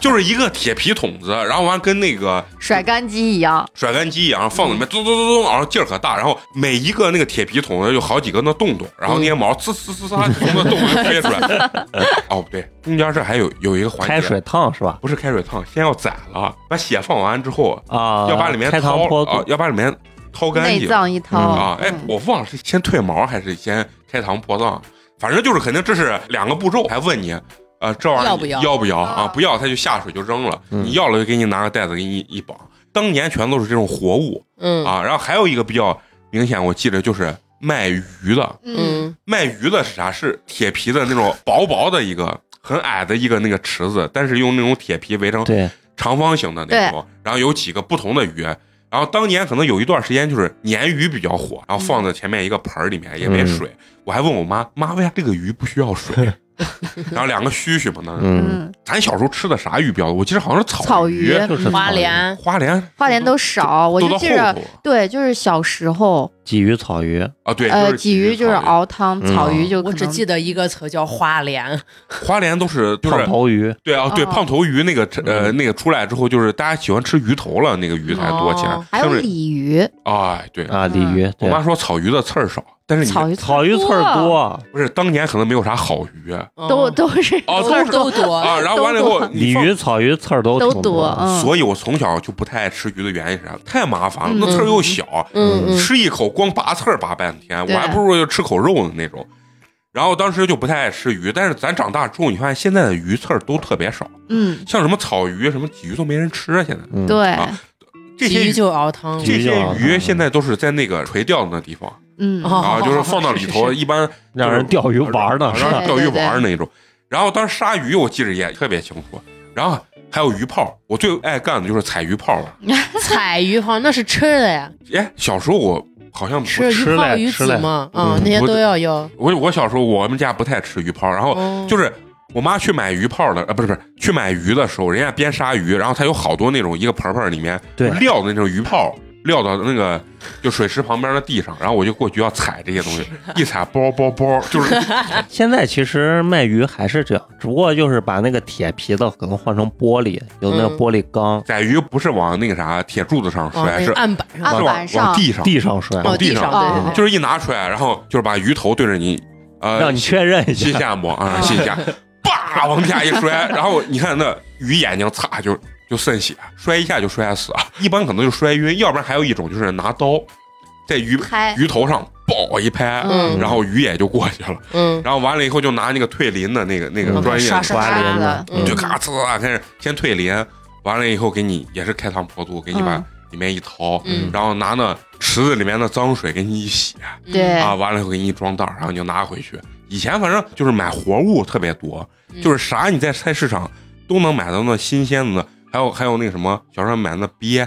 Speaker 1: 就是一个铁皮筒子，然后完跟那个
Speaker 3: 甩干鸡一样，
Speaker 1: 甩干机一样，放里面咚咚咚咚，然后劲儿可大，然后每一个那个铁皮筒子有好几个那洞洞，然后那些毛呲呲呲呲从那洞里飞出来。 哦，不对，中间这还有有一个环节，
Speaker 4: 开水烫是吧？
Speaker 1: 不是开水烫，先要宰了，把血放完之后，
Speaker 4: 啊，
Speaker 1: 要把里面
Speaker 4: 开
Speaker 1: 掏
Speaker 4: 膛破
Speaker 1: 啊，
Speaker 4: 肚，
Speaker 1: 要把里面掏干
Speaker 3: 内
Speaker 1: 净。
Speaker 3: 脏一掏。
Speaker 2: 哦
Speaker 1: 啊，哎
Speaker 3: 嗯，
Speaker 1: 我忘了是先退毛还是先开膛破脏，反正就是肯定这是两个步骤。还问你，呃，这玩意儿
Speaker 2: 要
Speaker 1: 你
Speaker 2: 不要
Speaker 1: 要不要啊？
Speaker 3: 啊
Speaker 1: 不要他就下水就扔了，
Speaker 4: 嗯
Speaker 1: 你要了就给你拿个袋子给你一绑。当年全都是这种活物
Speaker 2: 嗯
Speaker 1: 啊，然后还有一个比较明显，我记得就是卖鱼的，
Speaker 3: 嗯，
Speaker 2: 嗯
Speaker 1: 卖鱼的是啥？是铁皮的那种薄薄的一个。很矮的一个那个池子，但是用那种铁皮围成
Speaker 4: 对，
Speaker 1: 长方形的那种，然后有几个不同的鱼。然后当年可能有一段时间就是鲶鱼比较火，然后放在前面一个盆儿里面也没
Speaker 3: 嗯
Speaker 1: 水。我还问我妈，妈为啥这个鱼不需要水？啊 然后两个须须嘛呢？
Speaker 4: 嗯，
Speaker 3: 嗯，
Speaker 1: 咱小时候吃的啥鱼比较多？我记得好像是
Speaker 3: 草
Speaker 1: 鱼、
Speaker 3: 鱼
Speaker 4: 就是
Speaker 2: 花
Speaker 4: 草鱼、
Speaker 2: 莲
Speaker 1: 花鲢，
Speaker 3: 花鲢都少，我
Speaker 1: 都
Speaker 3: 就
Speaker 1: 到
Speaker 3: 记
Speaker 1: 后
Speaker 3: 着，
Speaker 1: 头
Speaker 3: 对，就是小时候，
Speaker 4: 鲫鱼、草鱼，
Speaker 1: 啊。对，
Speaker 3: 呃，
Speaker 1: 鲫
Speaker 3: 鲫鱼就是
Speaker 1: 草
Speaker 3: 熬汤，
Speaker 4: 嗯
Speaker 3: 草鱼就
Speaker 2: 我
Speaker 3: 可
Speaker 2: 只
Speaker 3: 能
Speaker 2: 记得一个词叫花莲，
Speaker 1: 鱼花鲢都是就
Speaker 4: 胖
Speaker 1: 是
Speaker 4: 头鱼，
Speaker 1: 对啊，对
Speaker 3: 哦
Speaker 1: 胖头鱼那个呃那个出来之后，就是大家喜欢吃鱼头了，那个鱼才多起来
Speaker 2: 哦。
Speaker 3: 还有
Speaker 1: 就是
Speaker 3: 鲤鱼，
Speaker 1: 哎，对，
Speaker 4: 啊，鲤鱼，
Speaker 1: 我
Speaker 4: 对，
Speaker 1: 妈说草鱼的刺儿少，但是你
Speaker 3: 草鱼
Speaker 4: 草鱼刺儿多，
Speaker 1: 不是当年可能没有啥好鱼，
Speaker 3: 都
Speaker 2: 嗯
Speaker 3: 都是
Speaker 1: 哦
Speaker 3: 刺儿
Speaker 1: 都
Speaker 2: 都多
Speaker 1: 啊，然后完了以后，
Speaker 4: 鲤
Speaker 1: 你放
Speaker 4: 鱼、草鱼刺儿都
Speaker 3: 都
Speaker 4: 挺
Speaker 3: 多，嗯，
Speaker 1: 所以我从小就不太爱吃鱼的原因是啥？太麻烦了，
Speaker 3: 嗯
Speaker 1: 那刺儿又小，
Speaker 2: 嗯嗯
Speaker 1: 吃一口光拔刺儿拔半天，
Speaker 3: 对
Speaker 1: 我还不如就吃口肉呢那种。然后当时就不太爱吃鱼，但是咱长大之后，你发现现在的鱼刺儿都特别少，
Speaker 3: 嗯，
Speaker 1: 像什么草鱼、啊什么鲫鱼都没人吃啊。现在
Speaker 4: 嗯，
Speaker 3: 对，
Speaker 1: 啊这
Speaker 2: 鲫
Speaker 1: 些
Speaker 2: 鱼就熬汤，
Speaker 1: 这
Speaker 4: 鲫鱼
Speaker 1: 些
Speaker 4: 啊
Speaker 1: 鱼现在都是在那个垂钓的那地方
Speaker 3: 嗯，
Speaker 2: 哦
Speaker 1: 啊，就是放到里头，
Speaker 2: 是
Speaker 1: 一般
Speaker 4: 让人钓鱼玩儿呢，
Speaker 1: 让人
Speaker 3: 是
Speaker 1: 钓鱼玩儿
Speaker 3: 对
Speaker 1: 那种。然后当时杀鱼，我记着也特别清楚。然后还有鱼泡，我最爱干的就是采鱼泡了。
Speaker 2: 采鱼泡那是吃的呀，
Speaker 1: 哎，小时候我好像不
Speaker 2: 吃
Speaker 4: 吃
Speaker 2: 鱼泡
Speaker 4: 嘞
Speaker 2: 鱼
Speaker 4: 吃
Speaker 2: 子
Speaker 4: 嘞
Speaker 2: 嘛，啊
Speaker 4: 嗯，
Speaker 2: 那些
Speaker 1: 我
Speaker 2: 都要要。
Speaker 1: 我我小时候我们家不太吃鱼泡，然后
Speaker 2: 哦
Speaker 1: 就是我妈去买鱼泡的，呃，不是不是，去买鱼的时候，人家边杀鱼，然后它有好多那种一个盆盆里面
Speaker 4: 对
Speaker 1: 撂的那种鱼泡。撂到那个就水池旁边的地上，然后我就过去要踩这些东西，一踩包包包，就是
Speaker 4: 现在其实卖鱼还是这样，只不过就是把那个铁皮的可能换成玻璃，有那个
Speaker 2: 嗯
Speaker 4: 玻璃缸，
Speaker 1: 宰鱼不是往那个啥铁柱子上
Speaker 2: 哦
Speaker 1: 摔，
Speaker 2: 那
Speaker 1: 是
Speaker 2: 个案板
Speaker 3: 啊
Speaker 2: 上，
Speaker 1: 是
Speaker 3: 案
Speaker 1: 往
Speaker 3: 板上
Speaker 1: 往地上，
Speaker 4: 地上摔，
Speaker 1: 往
Speaker 2: 哦，
Speaker 1: 地
Speaker 2: 地
Speaker 1: 上
Speaker 2: 上，对对对，
Speaker 1: 就是一拿出来，然后就是把鱼头对着你，呃，
Speaker 4: 让你确认一
Speaker 1: 新
Speaker 4: 下。
Speaker 1: 下摸啊，新 下，叭往地下一摔，然后你看那鱼眼睛擦就就渗血，摔一下就摔死啊，一般可能就摔晕，要不然还有一种就是拿刀在鱼
Speaker 3: 拍
Speaker 1: 鱼头上爆一拍，
Speaker 2: 嗯
Speaker 1: 然后鱼也就过去了，
Speaker 2: 嗯，
Speaker 1: 然后完了以后就拿那个退林的那个那个
Speaker 4: 嗯
Speaker 1: 专业
Speaker 2: 刷
Speaker 1: 的
Speaker 2: 刷
Speaker 4: 花
Speaker 3: 刷
Speaker 4: 莲
Speaker 3: 的
Speaker 4: 的，
Speaker 2: 嗯
Speaker 1: 就咔呲啊开始先退林，完了以后给你也是开膛破肚，给你把
Speaker 3: 嗯
Speaker 1: 里面一掏，
Speaker 2: 嗯
Speaker 1: 然后拿那池子里面的脏水给你一洗
Speaker 3: 对，
Speaker 2: 哎
Speaker 1: 啊，完了以后给你装袋儿，然后你就拿回去。以前反正就是买活物特别多，
Speaker 2: 嗯
Speaker 1: 就是啥你在菜市场都能买到那新鲜的，还有还有那个什么小时候买那鳖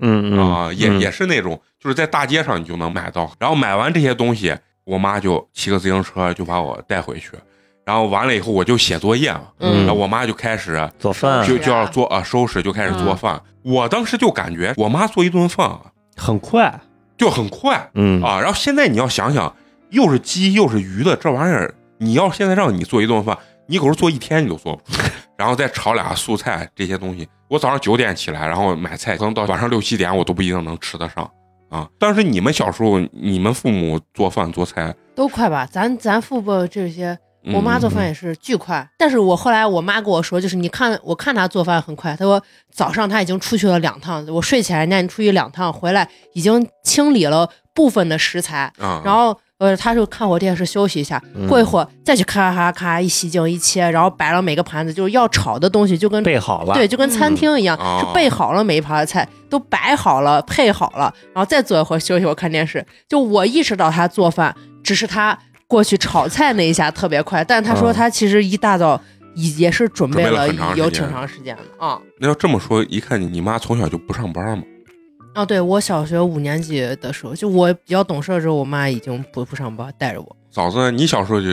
Speaker 4: 嗯嗯
Speaker 1: 啊，也
Speaker 4: 嗯
Speaker 1: 也是那种就是在大街上你就能买到。然后买完这些东西，我妈就骑个自行车就把我带回去，然后完了以后我就写作业嘛，
Speaker 2: 嗯
Speaker 1: 然后我妈就开始啊
Speaker 4: 做饭
Speaker 1: 就
Speaker 2: 收拾
Speaker 1: 就要做啊收拾，就开始
Speaker 2: 嗯
Speaker 1: 做饭。我当时就感觉我妈做一顿饭啊
Speaker 4: 很快，
Speaker 1: 就很快
Speaker 4: 嗯，
Speaker 1: 啊，然后现在你要想想，又是鸡又是鱼的这玩意儿，你要现在让你做一顿饭，你可是做一天你都做不出来， 然后再炒俩素菜这些东西。我早上九点起来，然后买菜，可能到晚上六七点我都不一定能吃得上啊。当时你们小时候，你们父母做饭做菜，
Speaker 2: 都快吧，咱咱父辈这些我妈做
Speaker 1: 嗯
Speaker 2: 饭也是巨快，但是我后来我妈跟我说，就是你看我看她做饭很快，她说早上她已经出去了两趟，我睡起来人家已经出去两趟，回来已经清理了部分的食材，
Speaker 3: 嗯
Speaker 1: 啊，嗯
Speaker 2: 然后呃她就看会儿电视休息一下，过一会儿再去咔咔咔咔一洗净一切，然后摆了每个盘子，就是要炒的东西就跟
Speaker 4: 备好了，
Speaker 2: 对，就跟餐厅一样，
Speaker 1: 嗯
Speaker 2: 是备好了每一盘菜都摆好了、配好了，然后再坐一会儿休息会儿看电视。就我意识到他做饭，只是他过去炒菜那一下特别快，但他说
Speaker 4: 嗯
Speaker 2: 他其实一大早已也是准备
Speaker 1: 准备了嗯
Speaker 2: 了
Speaker 1: 很长时
Speaker 2: 有
Speaker 1: 间
Speaker 2: 挺长时间的啊。
Speaker 1: 那要这么说，一看你你妈从小就不上班嘛，
Speaker 2: 啊，对我小学五年级的时候，就我比较懂事的时候，我妈已经不不上班，带着我。
Speaker 1: 嫂子，你小时候就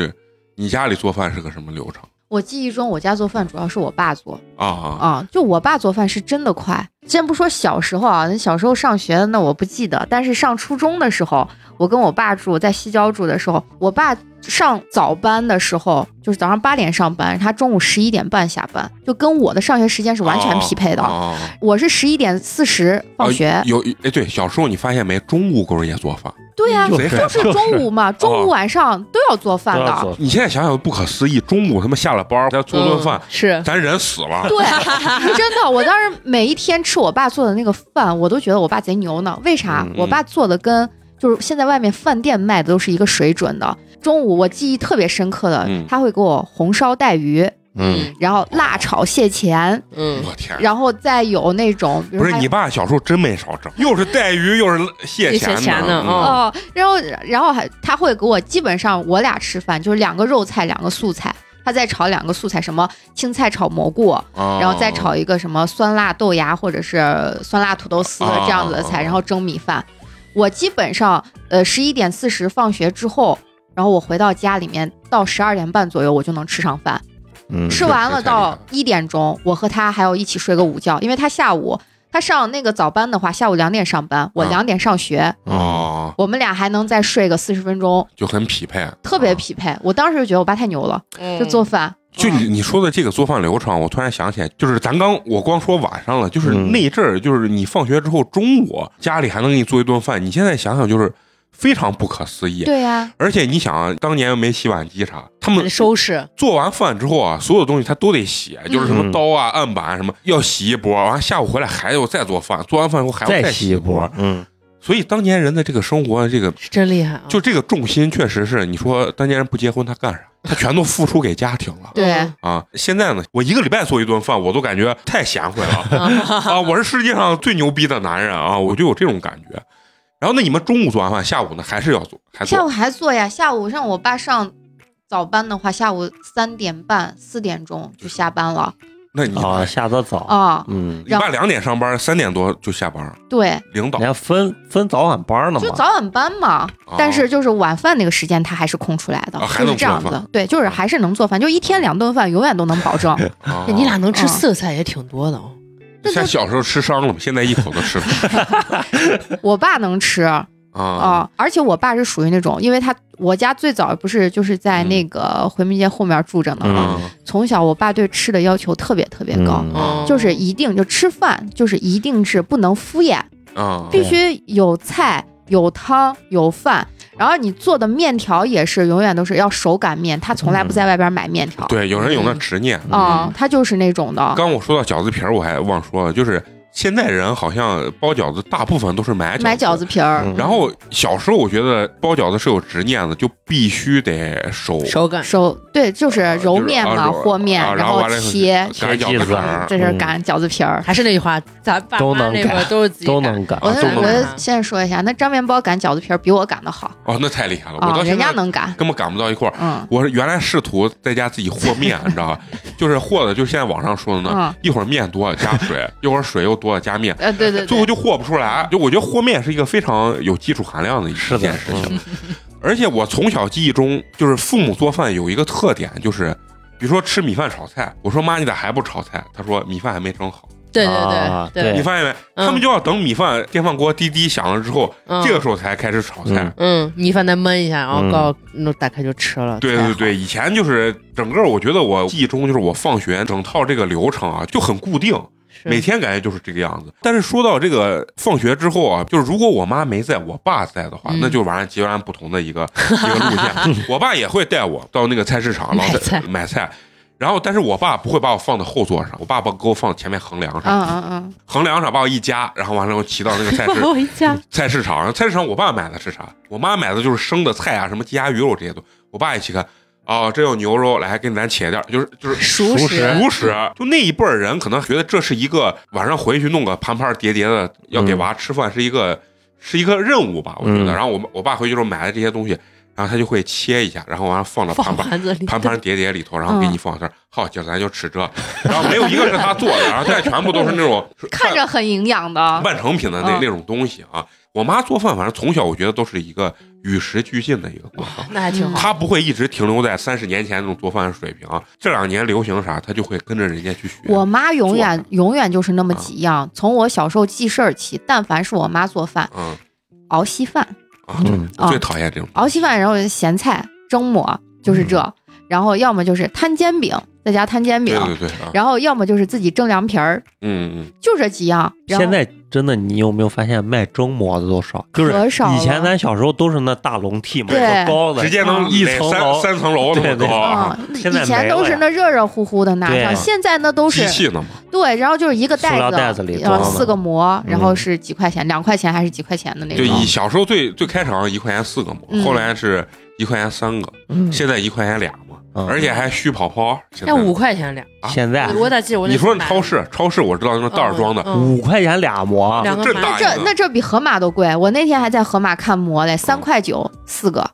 Speaker 1: 你家里做饭是个什么流程
Speaker 3: 我记忆中，我家做饭主要是我爸做
Speaker 1: 啊啊？
Speaker 3: 啊，就我爸做饭是真的快。先不说小时候啊，那小时候上学的那我不记得，但是上初中的时候，我跟我爸住在西郊住的时候，我爸上早班的时候，就是早上八点上班，他中午十一点半下班，就跟我的上学时间是完全匹配的。
Speaker 1: 啊啊啊
Speaker 3: 我是十一点四十放学，
Speaker 1: 啊有哎对，小时候你发现没，中午狗日也做饭。
Speaker 3: 对呀、
Speaker 1: 就是
Speaker 3: 就是中午嘛，中午晚上都要做饭
Speaker 4: 都
Speaker 3: 的。
Speaker 4: 要做
Speaker 1: 你现在想想不可思议，中午他妈下了班儿，咱做顿饭
Speaker 2: 嗯，是
Speaker 1: 咱人死 了，
Speaker 3: 对，真的，我当时每一天吃我爸做的那个饭，我都觉得我爸贼牛呢。为啥
Speaker 1: 嗯？嗯
Speaker 3: 我爸做的跟就是现在外面饭店卖的都是一个水准的。中午我记忆特别深刻的
Speaker 1: 嗯，
Speaker 3: 他会给我红烧带鱼，
Speaker 4: 嗯，
Speaker 3: 然后辣炒蟹钳，
Speaker 2: 嗯，
Speaker 1: 我天！
Speaker 3: 然后再有那种比如
Speaker 1: 不是
Speaker 3: 还
Speaker 1: 你爸小时候真没少整，又是带鱼又是蟹钳
Speaker 2: 蟹钳呢
Speaker 1: 嗯
Speaker 2: 哦
Speaker 3: 哦，然后然后还他会给我基本上我俩吃饭就是两个肉菜，两个素菜。他再炒两个素菜，什么青菜炒蘑菇，
Speaker 1: 哦
Speaker 3: 嗯然后再炒一个什么酸辣豆芽或者是酸辣土豆丝
Speaker 1: 啊
Speaker 3: 这样子的
Speaker 1: 啊啊
Speaker 3: 菜，然后蒸米饭。我基本上呃十一点四十放学之后，然后我回到家里面到十二点半左右我就能吃上饭，
Speaker 4: 嗯
Speaker 3: 吃完了
Speaker 1: 这太厉害
Speaker 3: 到
Speaker 1: 了
Speaker 3: 一点钟，我和他还要一起睡个午觉，因为他下午他上那个早班的话，下午两点上班，我
Speaker 1: 啊
Speaker 3: 两点上学，
Speaker 4: 嗯
Speaker 1: 哦，
Speaker 3: 我们俩还能再睡个四十分钟，
Speaker 1: 就很匹配，
Speaker 3: 特别
Speaker 1: 啊。
Speaker 3: 匹配。我当时就觉得我爸太牛了，
Speaker 2: 嗯
Speaker 3: 就做饭。
Speaker 1: 就你你说的这个做饭流程，我突然想起来，就是咱刚我光说晚上了，就是
Speaker 4: 嗯
Speaker 1: 那一阵儿，就是你放学之后中午家里还能给你做一顿饭，你现在想想就是非常不可思议。
Speaker 3: 对呀、
Speaker 1: 而且你想啊，当年又没洗碗机啥，他
Speaker 2: 还得
Speaker 1: 们
Speaker 2: 收拾，
Speaker 1: 做完饭之后啊，所有东西他都得洗，就是什么刀啊、案板啊什么要洗一波，完下午回来还要再做饭，做完饭以后还要
Speaker 4: 再
Speaker 1: 洗
Speaker 4: 一
Speaker 1: 波
Speaker 4: 波。，嗯，
Speaker 1: 所以当年人的这个生活，这个
Speaker 2: 是真厉害啊！
Speaker 1: 就这个重心确实是，你说当年人不结婚他干啥？他全都付出给家庭 了。
Speaker 3: 对，
Speaker 1: 啊，现在呢，我一个礼拜做一顿饭，我都感觉太贤惠 了啊！我是世界上最牛逼的男人啊，我就有这种感觉。然后那你们中午做完饭，下午呢还是要做，还
Speaker 3: 下午
Speaker 1: 做
Speaker 3: 还做呀，下午让我爸上早班的话，下午三点半、四点钟就下班了
Speaker 1: 那你、
Speaker 4: 啊，下得早，
Speaker 3: 啊、
Speaker 4: 嗯，
Speaker 1: 你爸两点上班，三点多就下班，
Speaker 3: 对，
Speaker 1: 领导
Speaker 4: 你还分分早晚班呢
Speaker 3: 就
Speaker 4: 嘛？
Speaker 3: 早晚班嘛、
Speaker 1: 哦
Speaker 3: 但是就是晚饭那个时间他还是空出来的，
Speaker 1: 啊还
Speaker 3: 就
Speaker 1: 能
Speaker 3: 是这样
Speaker 1: 做
Speaker 3: 子。对，就是还是能做饭，就一天两顿饭永远都能保 证。
Speaker 1: 啊
Speaker 2: 哎你俩能吃
Speaker 3: 嗯
Speaker 2: 四个菜也挺多的哦。
Speaker 1: 像小时候吃伤了嘛，现在一口都 吃不了
Speaker 3: 我爸能吃啊、
Speaker 1: 啊
Speaker 3: 而且我爸是属于那种，因为他我家最早不是就是在那个回民街后面住着呢嘛、
Speaker 1: 嗯
Speaker 3: 从小我爸对吃的要求特别特别高。
Speaker 4: 嗯
Speaker 2: 嗯
Speaker 3: 就是一定就吃饭，就是一定是不能敷衍，
Speaker 1: 啊！
Speaker 3: 必须有菜、有汤、有饭，然后你做的面条也是永远都是要手擀面，他从来不在外边买面条。
Speaker 1: 对，有人有那执念
Speaker 3: 啊、他就是那种的，
Speaker 1: 刚我说到饺子皮儿，我还忘说了，就是现在人好像包饺子大部分都是买
Speaker 3: 买饺
Speaker 1: 子。
Speaker 3: 子皮儿，
Speaker 4: 嗯
Speaker 1: 然后小时候我觉得包饺子是有执念的，就必须得手
Speaker 2: 手感，
Speaker 3: 手对，就是揉面嘛，
Speaker 1: 啊揉
Speaker 3: 和面，
Speaker 1: 啊
Speaker 3: 然
Speaker 1: 然后
Speaker 3: 后
Speaker 1: 完了以后嗯
Speaker 3: 切，嗯
Speaker 1: 擀饺子皮儿
Speaker 3: 在这儿擀饺子皮儿。
Speaker 2: 还是那句话，咱爸
Speaker 4: 都
Speaker 2: 妈
Speaker 4: 能
Speaker 2: 那会儿
Speaker 4: 干
Speaker 2: 都是自己
Speaker 4: 都
Speaker 2: 擀。
Speaker 4: 能干，
Speaker 3: 我
Speaker 1: 啊都
Speaker 3: 现
Speaker 1: 能
Speaker 3: 我
Speaker 2: 擀
Speaker 3: 现在说一下，那张面包擀饺子皮儿比我擀的好
Speaker 1: 哦，那太厉害了！我
Speaker 3: 啊，
Speaker 1: 到现
Speaker 3: 人
Speaker 1: 在
Speaker 3: 家能擀，
Speaker 1: 根本赶不到一块儿。
Speaker 3: 嗯
Speaker 1: 我是原来试图在家自己和面，你知道吧？就是和的，就是现在网上说的那，
Speaker 3: 嗯，
Speaker 1: 一会儿面多了加 水，一会儿水又多了加面，
Speaker 3: 呃，对对
Speaker 1: 最后
Speaker 3: 对，
Speaker 1: 就和不出来。就我觉得和面是一个非常有基础含量的一
Speaker 4: 是的
Speaker 1: 件事情。而且我从小记忆中，就是父母做饭有一个特点，就是比如说吃米饭炒菜，我说妈，你咋还不炒菜？她说米饭还没蒸好。
Speaker 2: 对
Speaker 4: 啊
Speaker 2: 对对
Speaker 4: 对
Speaker 1: 你发现没？
Speaker 2: 嗯
Speaker 1: 他们就要等米饭电饭锅滴滴响了之后，
Speaker 2: 嗯
Speaker 1: 这个时候才开始炒菜
Speaker 4: 嗯。
Speaker 2: 嗯，米饭再焖一下，然后
Speaker 4: 嗯
Speaker 2: 告那打开就吃了。
Speaker 1: 对
Speaker 2: 太
Speaker 1: 对
Speaker 2: 好
Speaker 1: 对，，以前就是整个，我觉得我记忆中就是我放学整套这个流程啊就很固定，
Speaker 2: 是
Speaker 1: 每天感觉就是这个样子。但是说到这个放学之后啊，就是如果我妈没在，我爸在的话，
Speaker 2: 嗯
Speaker 1: 那就完全截然不同的一个 一个路线。我爸也会带我到那个菜市场，然后
Speaker 2: 买
Speaker 1: 再
Speaker 2: 菜
Speaker 1: 买菜。然后，但是我爸不会把我放到后座上，我爸把给我放前面横梁上，
Speaker 3: 嗯嗯 嗯，
Speaker 1: 横梁上把我一夹，然后完了我骑到那个菜市
Speaker 2: 我一家
Speaker 1: 菜市场，菜市场我爸买的是啥？我妈买的就是生的菜啊，什么鸡鸭鱼肉这些东西。我爸一起看，哦，这有牛肉，来给咱切点儿，就是就是
Speaker 2: 熟
Speaker 4: 熟
Speaker 2: 食
Speaker 4: 食
Speaker 1: 熟食。就那一辈儿人可能觉得这是一个晚上回去弄个盘盘叠叠的，要给娃吃饭是一个、是一个任务吧，我觉得。
Speaker 4: 嗯
Speaker 1: 然后我们我爸回去之后买了这些东西，然后他就会切一下，然后完了放到盘
Speaker 2: 放
Speaker 1: 盘
Speaker 2: 盘子里，
Speaker 1: 盘盘碟碟里头，然后给
Speaker 3: 嗯
Speaker 1: 你放这儿。好，今儿咱就吃这，然后没有一个是他做的，然后现在全部都是那种
Speaker 3: 看着很营养的，
Speaker 1: 半成品的那
Speaker 3: 嗯
Speaker 1: 那种东西啊。我妈做饭，反正从小我觉得都是一个与时俱进的一个过程。
Speaker 2: 那还挺好。
Speaker 1: 她不会一直停留在三十年前那种做饭水平啊，这两年流行啥，她就会跟着人家去学。
Speaker 3: 我妈永
Speaker 1: 做
Speaker 3: 远永远就是那么
Speaker 1: 啊
Speaker 3: 几样。从我小时候记事儿起，但凡是我妈做饭，
Speaker 1: 嗯
Speaker 3: 熬稀饭，
Speaker 1: 啊，对，
Speaker 4: 嗯
Speaker 1: 我最讨厌这种
Speaker 3: 熬稀饭，然后咸菜、蒸馍，就是这。然后要么就是摊煎饼，在家摊煎饼
Speaker 1: 嗯对，对对啊，
Speaker 3: 然后要么就是自己蒸凉皮儿，
Speaker 1: 嗯
Speaker 3: 就这几样。然后
Speaker 4: 现在真的，你有没有发现卖蒸馍的都少？就是
Speaker 3: 可少了
Speaker 4: 以前咱小时候都是那大笼屉嘛，
Speaker 3: 对
Speaker 4: 那高
Speaker 1: 嗯，
Speaker 4: 的，啊
Speaker 1: 直接能
Speaker 4: 一
Speaker 1: 垒
Speaker 4: 层
Speaker 1: 三
Speaker 4: 楼
Speaker 1: 三层楼那么
Speaker 4: 对对
Speaker 1: 高啊，
Speaker 3: 嗯，
Speaker 4: 现在
Speaker 3: 以前
Speaker 4: 没
Speaker 3: 都
Speaker 4: 了
Speaker 3: 是
Speaker 4: 呀
Speaker 3: 那热热乎乎的拿
Speaker 4: 对啊
Speaker 3: 上，现在那都
Speaker 1: 机
Speaker 3: 是
Speaker 1: 器呢嘛，
Speaker 3: 对，然后就是一个
Speaker 4: 塑料袋
Speaker 3: 袋
Speaker 4: 子里
Speaker 3: 然后
Speaker 1: 装的
Speaker 3: 四个馍，然后
Speaker 4: 嗯
Speaker 3: 是几块钱，两块钱还是几块钱的那
Speaker 1: 就
Speaker 3: 种
Speaker 1: 以。小时候最最开始好像一块钱四个嘛，
Speaker 3: 嗯
Speaker 1: 后来是一块钱三个，
Speaker 4: 嗯
Speaker 1: 现在一块钱俩嘛，
Speaker 4: 嗯
Speaker 1: 而且啊还虚跑跑。现在
Speaker 2: 那五块钱俩，
Speaker 4: 现在
Speaker 2: 我咋记得我
Speaker 1: 嗯
Speaker 2: 那
Speaker 1: 你
Speaker 2: 次
Speaker 1: 说你
Speaker 2: 买
Speaker 1: 超市，超市我知道那袋儿装的，
Speaker 2: 嗯嗯
Speaker 4: 五块钱俩馍，
Speaker 2: 两个
Speaker 1: 这
Speaker 2: 盘
Speaker 1: 大
Speaker 3: 这
Speaker 1: 一
Speaker 3: 那
Speaker 1: 个，嗯
Speaker 3: 这比盒马都贵，我那天还在盒马看馍嘞，三块九四个，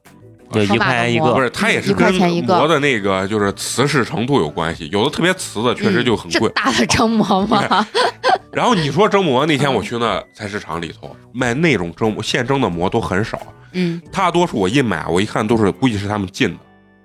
Speaker 4: 对，一块钱一
Speaker 3: 那
Speaker 1: 不
Speaker 4: 个，
Speaker 1: 是它也是
Speaker 3: 啊一块
Speaker 1: 跟
Speaker 3: 钱一个
Speaker 1: 馍的那个就是瓷实程度有关系，有的特别瓷的确实就很
Speaker 3: 这
Speaker 1: 贵。
Speaker 3: 大的蒸馍吗？
Speaker 1: 然后你说蒸馍，那天我去那菜市场里头卖那种蒸馍现蒸的馍都很少，
Speaker 2: 嗯，
Speaker 1: 大多数我一买我一看都是估计是他们进的。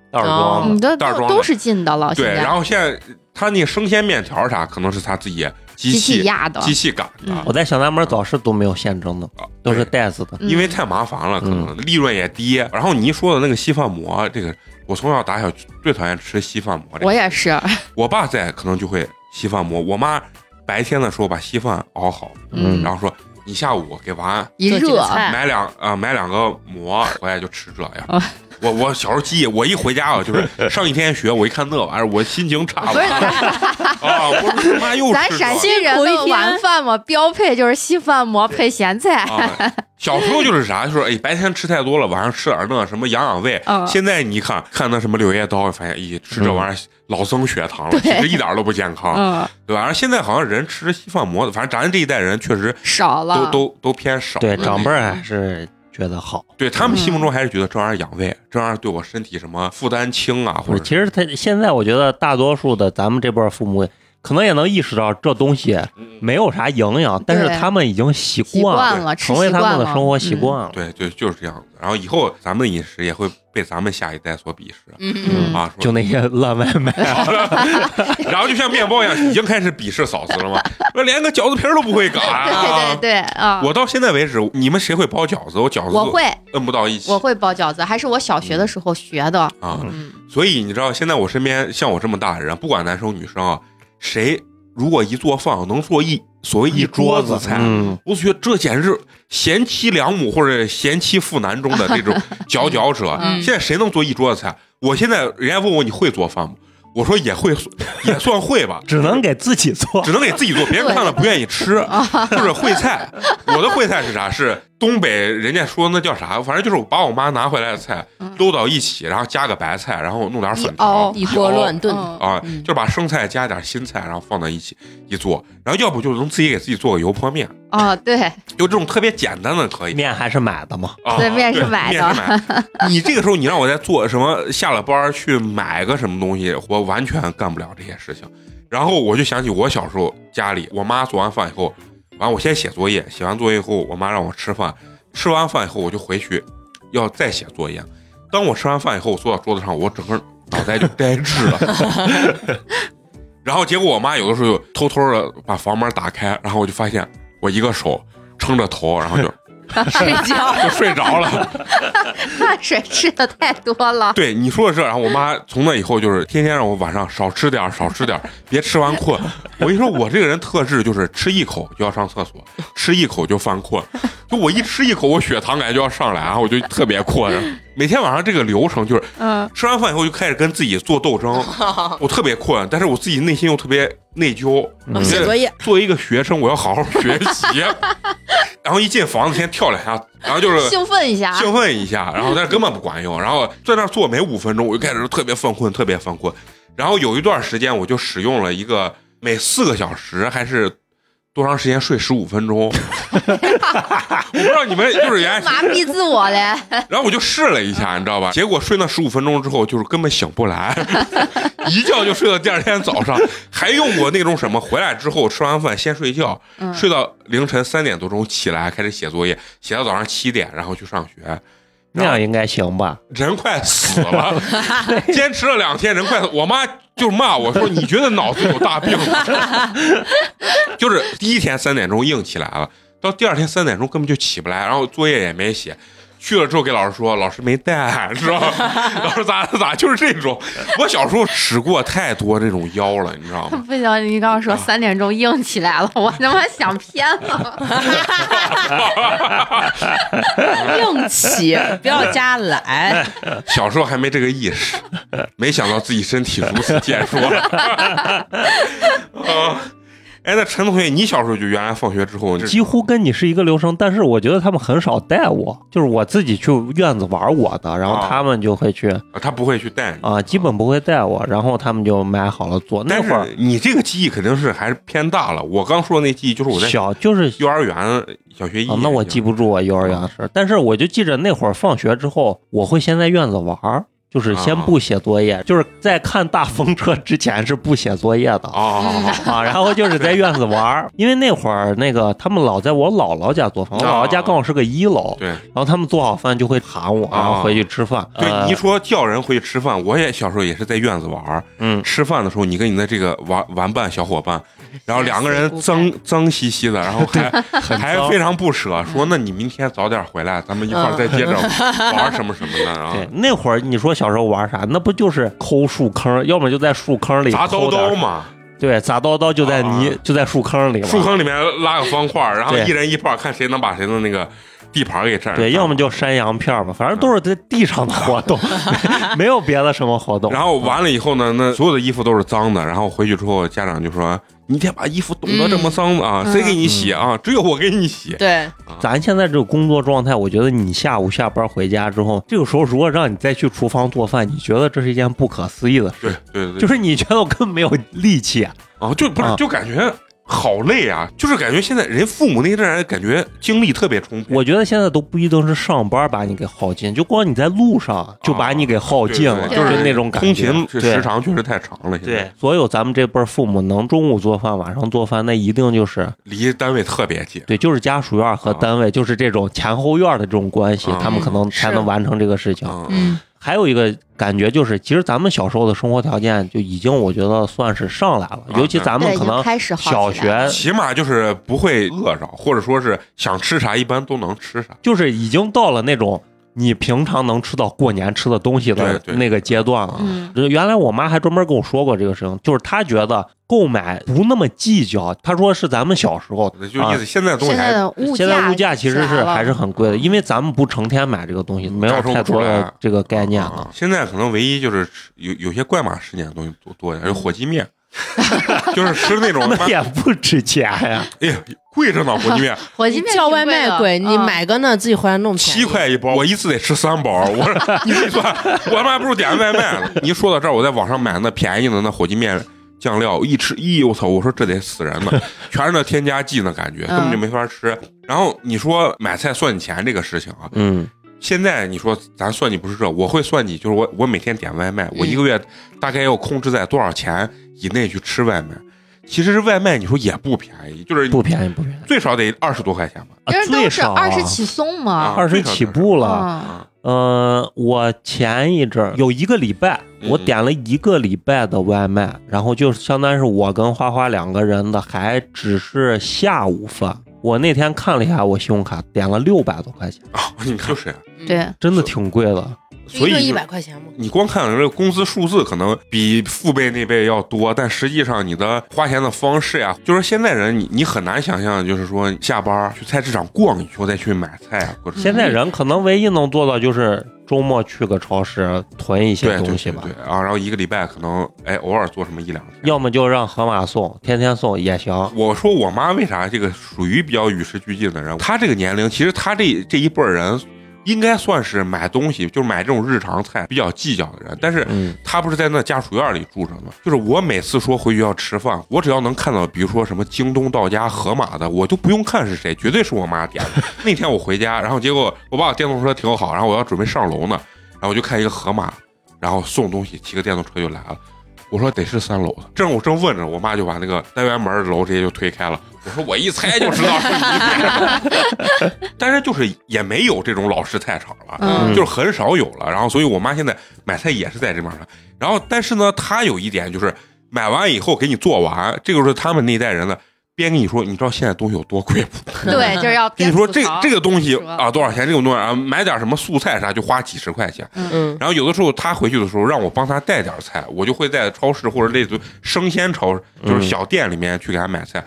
Speaker 4: 袋儿装
Speaker 3: 你
Speaker 4: 的，
Speaker 3: 的
Speaker 1: 嗯袋儿
Speaker 3: 都
Speaker 1: 装的
Speaker 3: 都是进的了，现
Speaker 1: 对，然
Speaker 3: 在
Speaker 1: 后现在他那生鲜面条啥，可能是他自己机
Speaker 3: 机器
Speaker 1: 器
Speaker 3: 压的，
Speaker 1: 机器擀的
Speaker 3: 嗯，
Speaker 4: 我在小南门早市都没有现蒸的，
Speaker 1: 啊
Speaker 4: 都是嗯
Speaker 1: 对
Speaker 4: 袋子的。
Speaker 3: 嗯
Speaker 1: 因为太麻烦了，可能利润也低。然后你一说的那个稀饭馍，这个我从小打小最讨厌吃稀饭馍。这
Speaker 3: 我
Speaker 1: 个
Speaker 3: 也是，
Speaker 1: 我爸在可能就会稀饭馍，我妈白天的时候把稀饭熬好，
Speaker 4: 嗯
Speaker 1: 然后说你下午给娃
Speaker 3: 一
Speaker 2: 做几
Speaker 3: 热
Speaker 2: 个菜
Speaker 1: 买两啊、买两个馍回来就吃这呀
Speaker 3: 啊。
Speaker 1: 我我小时候记忆，我一回家啊，就是上一天学，我一看那玩意儿，我心情差
Speaker 3: 不是
Speaker 1: 了 啊！我说他妈又吃
Speaker 3: 咱
Speaker 1: 这
Speaker 3: 陕
Speaker 1: 玩意儿
Speaker 3: 西人
Speaker 2: 辛苦
Speaker 3: 的
Speaker 2: 一天
Speaker 3: 晚饭嘛，标配就是稀饭馍配咸菜，
Speaker 1: 啊，小时候就是啥，就是哎，白天吃太多了，晚上吃点那什么养养胃。
Speaker 3: 嗯
Speaker 1: 现在你一看看那什么柳叶刀，发现咦，吃这玩意儿老增血糖了，
Speaker 3: 对
Speaker 1: 其实一点都不健康，
Speaker 3: 嗯，
Speaker 1: 对吧？而现在好像人吃稀饭馍，反正咱这一代人确实
Speaker 3: 少
Speaker 1: 都
Speaker 3: 了，
Speaker 1: 都都偏少了那
Speaker 4: 对，
Speaker 1: 个。
Speaker 4: 长辈儿还是觉得好。
Speaker 1: 对他们心
Speaker 3: 嗯
Speaker 1: 目中还是觉得这玩意儿养胃，这玩意儿对我身体什么负担轻啊，
Speaker 4: 不
Speaker 1: 或
Speaker 4: 是，
Speaker 1: 者
Speaker 4: 其实他现在我觉得大多数的咱们这辈儿父母可能也能意识到这东西
Speaker 1: 嗯
Speaker 4: 没有啥营养，但是他们已经习
Speaker 3: 习惯
Speaker 4: 惯
Speaker 3: 了，吃
Speaker 4: 成为
Speaker 3: 习
Speaker 4: 他们
Speaker 3: 惯
Speaker 4: 的
Speaker 3: 了，
Speaker 4: 生活习
Speaker 3: 嗯。
Speaker 4: 惯了。
Speaker 1: 对对，就是这样子。然后以后咱们的饮食也会被咱们下一代所鄙视
Speaker 2: 嗯
Speaker 3: 嗯
Speaker 1: 啊，说
Speaker 4: 就那些烂外卖，
Speaker 1: 然后就像面包一样，已经开始鄙视嫂子 了嘛，说连个饺子皮儿都不会擀啊。
Speaker 3: 嗯对对对啊！
Speaker 1: 我到现在为止，你们谁会包饺子？我饺子
Speaker 3: 我会
Speaker 1: 摁不到一起。
Speaker 3: 我会包饺子，还是我小学的时候学的。
Speaker 1: 啊，
Speaker 3: 嗯，
Speaker 1: 所以你知道，现在我身边像我这么大的人，不管男生女生啊，谁如果一做饭能做一所谓一桌子菜，
Speaker 4: 嗯，，
Speaker 1: 我觉得这简直是贤妻良母或者贤妻妇男中的这 种佼佼者。
Speaker 3: 嗯
Speaker 1: 现在谁能做一桌子菜？我现在人家问我你会做饭吗？我说也会，也算会吧
Speaker 4: 只能给自己做
Speaker 1: 只能给自己做，别人看了不愿意吃，就是烩菜。我的烩菜是啥？是东北人家说那叫啥？反正就是我把我妈拿回来的菜搂到一起，然后加个白菜，然后弄点粉条
Speaker 3: 一熬
Speaker 2: 一锅乱炖，
Speaker 3: 嗯
Speaker 1: 啊，
Speaker 2: 嗯
Speaker 1: 就是把生菜加点新菜，然后放在一起一做。然后要不就能自己给自己做个油泼面，
Speaker 3: 啊，对，
Speaker 1: 就这种特别简单的可以。
Speaker 4: 面还是买的嘛，
Speaker 1: 啊，
Speaker 3: 对面是买的
Speaker 1: 面是买你这个时候你让我再做什么？下了班儿去买个什么东西，我完全干不了这些事情。然后我就想起我小时候家里，我妈做完饭以后，完我先写作业，写完作业以后，我妈让我吃饭，吃完饭以后我就回去要再写作业。当我吃完饭以后，我坐到桌子上，我整个脑袋就呆滞了。 然后结果我妈有的时候就偷偷的把房门打开，然后我就发现我一个手撑着头，然后就
Speaker 2: 睡觉
Speaker 1: 就睡着了。
Speaker 3: 碳水吃的太多 了。
Speaker 1: 对你说的是，然后我妈从那以后就是天天让我晚上少吃点儿，少吃点儿，别吃完困。我跟你说，我这个人特质就是吃一口就要上厕所，吃一口就犯困。就我一吃一口，我血糖感觉就要上来，然后我就特别困。每天晚上这个流程就是
Speaker 3: 嗯，
Speaker 1: 吃完饭以后就开始跟自己做 斗争，我特别困，但是我自己内心又特别内疚。
Speaker 4: 嗯
Speaker 1: 觉
Speaker 2: 写
Speaker 1: 得
Speaker 2: 作业，
Speaker 1: 作为一个学生，我要好好学习。 然后一进房子先跳两下，然后就是
Speaker 3: 兴奋一下。啊
Speaker 1: 兴奋一下， 然后但是根本不管用，然后在那儿坐没五分钟，我就开始特别犯困，特别犯困。然后有一段时间，我就使用了一个每四个小时还是多长时间睡十五分钟，我不知道你们就是原来
Speaker 3: 麻痹自我嘞，
Speaker 1: 然后我就试了一下，你知道吧？结果睡那十五分钟之后，就是根本醒不来， 一觉就睡到第二天早上。还用过那种什么，回来之后吃完饭先睡觉，
Speaker 3: 嗯
Speaker 1: 睡到凌晨三点多钟起来开始写作业，写到早上七点，然后去上学。
Speaker 4: 那样应该行吧？
Speaker 1: 人快死了，坚持了两天，人快死。我妈就骂我说：“你觉得脑子有大病吗？” 就是第一天三点钟硬起来了，到第二天三点钟根本就起不来，然后作业也没写。去了之后给老师说，老师没带，啊知道吗？ 老师咋咋咋，就是这种。我小时候使过太多这种妖了，你知道吗？
Speaker 3: 不行，你刚刚说
Speaker 1: 啊
Speaker 3: 三点钟硬起来了，我 他妈想偏了。
Speaker 2: 硬起，不要加来。
Speaker 1: 小时候还没这个意识，没想到自己身体如此健硕。 啊、哎，那陈同学，你小时候就原来放学之后，
Speaker 4: 几乎跟你是一个流程，但是我觉得他们很少带我，就是我自己去院子玩我的，然后
Speaker 1: 啊
Speaker 4: 他们就会去
Speaker 1: 啊他不会去带你
Speaker 4: 啊，基本不会带我，然后他们就买好了做。那
Speaker 1: 但
Speaker 4: 会儿
Speaker 1: 是你这个记忆肯定是还是偏大了。我刚说的那记忆就是我在
Speaker 4: 小就是
Speaker 1: 幼儿园小学一、哦
Speaker 4: 啊，那我记不住啊，幼儿园的事儿。但是我就记着那会儿放学之后，我会先在院子玩儿，就是先不写作业，就是在看大风车之前是不写作业的。
Speaker 1: 啊
Speaker 4: 啊，然后就是在院子玩 儿，因为那会儿那个他们老在我姥姥家做饭，我姥姥家刚好是个一楼，
Speaker 1: 哦对哦
Speaker 4: 然后他们做好饭就会喊我，然后回去吃饭。
Speaker 1: 对，
Speaker 4: 呃
Speaker 1: 你一说叫人回去吃饭，我也小时候也是在院子玩儿。
Speaker 4: 嗯，
Speaker 1: 吃饭的时候，你跟你的这个玩玩伴小伙伴，然后两个人
Speaker 2: 不
Speaker 1: 脏脏兮兮的，然后还还
Speaker 4: 脏
Speaker 1: 非常不舍，说那你明天早点回来，咱们一块儿再接着玩什么什么的啊。
Speaker 4: 对，那会儿你说小时候玩啥，那不就是抠树坑，要么就在树坑里
Speaker 1: 砸
Speaker 4: 抠
Speaker 1: 刀
Speaker 4: 点儿
Speaker 1: 刀，嘛，
Speaker 4: 对，砸刀刀就在泥，
Speaker 1: 啊
Speaker 4: 就在树坑里嘛，
Speaker 1: 树坑里面拉个方块儿，然后
Speaker 4: 对
Speaker 1: 一人一块儿，看谁能把谁的那个地盘儿给啊占。
Speaker 4: 对，要么就山羊片儿嘛，反正都是在地上的活动， 没有别的什么活动。嗯
Speaker 1: 然后完了以后呢，那所有的衣服都是脏的。然后回去之后，家长就说：“你得把衣服冻得这么脏啊，
Speaker 3: 嗯
Speaker 1: 谁给你洗啊？只有我给你洗。
Speaker 2: 对，
Speaker 4: 咱现在这个工作状态，我觉得你下午下班回家之后，这个时候如果让你再去厨房做饭，你觉得这是一件不可思议的事，
Speaker 1: 对”对对对，
Speaker 4: 就是你觉得我根本没有力气 啊。
Speaker 1: 啊，就不是
Speaker 4: 啊
Speaker 1: 就感觉好累啊，就是感觉现在人父母那一代人感觉精力特别充沛。
Speaker 4: 我觉得现在都不一定是上班把你给耗尽，就光你在路上就把你给耗尽了，
Speaker 1: 对
Speaker 3: 对对
Speaker 4: 就那种感
Speaker 1: 通
Speaker 4: 觉。
Speaker 1: 勤是
Speaker 4: 对
Speaker 1: 时长确实太长了，现
Speaker 4: 对
Speaker 1: 在，
Speaker 4: 所有咱们这辈儿父母能中午做饭，晚上做饭，那一定就是
Speaker 1: 离单位特别近。
Speaker 4: 对，就是家属院和
Speaker 1: 啊
Speaker 4: 单位，就是这种前后院的这种关系，
Speaker 1: 嗯
Speaker 4: 他们可能才
Speaker 2: 是
Speaker 4: 能完成这个事情。
Speaker 1: 嗯
Speaker 3: 嗯，
Speaker 4: 还有一个感觉就是，其实咱们小时候的生活条件就已经我觉得算是上来了，
Speaker 1: 嗯
Speaker 4: 尤其咱
Speaker 3: 啊对，
Speaker 4: 们
Speaker 3: 已
Speaker 4: 可
Speaker 3: 经
Speaker 4: 能
Speaker 3: 开始好
Speaker 4: 小
Speaker 3: 起来了
Speaker 4: 学啊
Speaker 1: 起码就是不会饿着，或者说是想吃啥一般都能吃啥。
Speaker 4: 就是已经到了那种你平常能吃到过年吃的东西的
Speaker 1: 对对
Speaker 4: 那个阶段了。
Speaker 3: 嗯，
Speaker 4: 就是原来我妈还专门跟我说过这个事情，就是她觉得购买不那么计较，她说是咱们小时候啊
Speaker 1: 就意思现在东西
Speaker 3: 现在
Speaker 1: 还
Speaker 3: 的物价
Speaker 4: 现在物价其实
Speaker 3: 起
Speaker 4: 是
Speaker 3: 来了
Speaker 4: 还是很贵的，因为咱们不成天买这个东西，没有
Speaker 1: 感受
Speaker 4: 太
Speaker 1: 不
Speaker 4: 多
Speaker 1: 出来
Speaker 4: 的这个概念了。
Speaker 1: 啊现在可能唯一就是吃有有些怪马式年的东西多多一点，有火鸡 面，就是吃那种
Speaker 3: 嗯
Speaker 1: 妈
Speaker 4: 那也不值钱呀、
Speaker 1: 哎呀贵着呢，火鸡 面
Speaker 3: 火鸡面
Speaker 2: 叫
Speaker 3: 挺
Speaker 2: 外卖
Speaker 3: 的
Speaker 2: 贵，你
Speaker 3: 嗯
Speaker 2: 买个那自己回来弄便宜
Speaker 1: 七块一包，我一次得吃三包， 我你一算，我他妈不如点外卖了。你一说到这儿，我在网上买那便宜的那火鸡面。酱料一吃，咦，我操！我说这得死人呢，全是那添加剂那感觉，根
Speaker 4: 嗯
Speaker 1: 本就没法吃。然后你说买菜算钱这个事情啊，
Speaker 4: 嗯，
Speaker 1: 现在你说咱算计不是这，我会算计，就是我我每天点外卖，
Speaker 4: 嗯
Speaker 1: 我一个月大概要控制在多少钱以内去吃外卖。其实是外卖，你说也不便宜，就是
Speaker 4: 不便宜，不便宜，
Speaker 1: 最少得二十多块钱吧。
Speaker 4: 啊
Speaker 3: 其实都
Speaker 4: 最
Speaker 3: 是
Speaker 4: 少
Speaker 3: 二十起送嘛。
Speaker 4: 二十起步了。
Speaker 3: 嗯，
Speaker 1: 啊，
Speaker 4: 呃，我前一阵儿有一个礼拜，
Speaker 1: 嗯
Speaker 4: 我点了一个礼拜的外卖，然后就相当于是我跟花花两个人的，还只是下午饭。我那天看了一下我信用卡，点了六百多块钱，
Speaker 1: 啊 你就是呀，
Speaker 3: 嗯对，
Speaker 4: 真的挺贵的。
Speaker 2: 就
Speaker 1: 所
Speaker 2: 一个一
Speaker 1: 以
Speaker 2: 百块钱嘛。
Speaker 1: 你光看这个工资数字，可能比父辈那辈要多，但实际上你的花钱的方式呀，就是现在人你你很难想象，就是说下班儿去菜市场逛一圈再去买菜啊，或者
Speaker 4: 现在人可能唯一能做到就是周末去个超市囤一些
Speaker 1: 对对
Speaker 4: 东西
Speaker 1: 对
Speaker 4: 吧，
Speaker 1: 对啊，然后一个礼拜可能哎偶尔做什么一两天。
Speaker 4: 要么就让盒马送，天天送也行。
Speaker 1: 我说我妈为啥这个属于比较与时俱进的人？她这个年龄，其实她这这一辈儿人，应该算是买东西，就是买这种日常菜比较计较的人。但是
Speaker 4: 嗯
Speaker 1: 他不是在那家属院里住着吗？就是我每次说回去要吃饭，我只要能看到，比如说什么京东到家、盒马的，我就不用看是谁，绝对是我妈点的。 那天我回家，然后结果我把我电动车停好，然后我要准备上楼呢，然后我就看一个盒马，然后送东西，骑个电动车就来了。我说得是三楼的，正我正问着，我妈就把那个单元门的楼直接就推开了。我说我一猜就知道是你， 但是就是也没有这种老式菜场了，
Speaker 3: 嗯
Speaker 1: 就是很少有了。然后，所以我妈现在买菜也是在这面上。然后，但是呢，她有一点就是买完以后给你做完，这个是他们那一代人的，边跟你说，你知道现在东西有多贵吗？
Speaker 3: 对，就是 要
Speaker 1: 跟你说这这
Speaker 3: 个，
Speaker 1: 个东西
Speaker 3: 说
Speaker 1: 啊多少钱，这种东西啊买点什么素菜啥就花几十块钱。
Speaker 2: 嗯，
Speaker 1: 然后有的时候他回去的时候让我帮他带点菜，我就会在超市或者类似于生鲜超市，就是小店里面去给他买菜。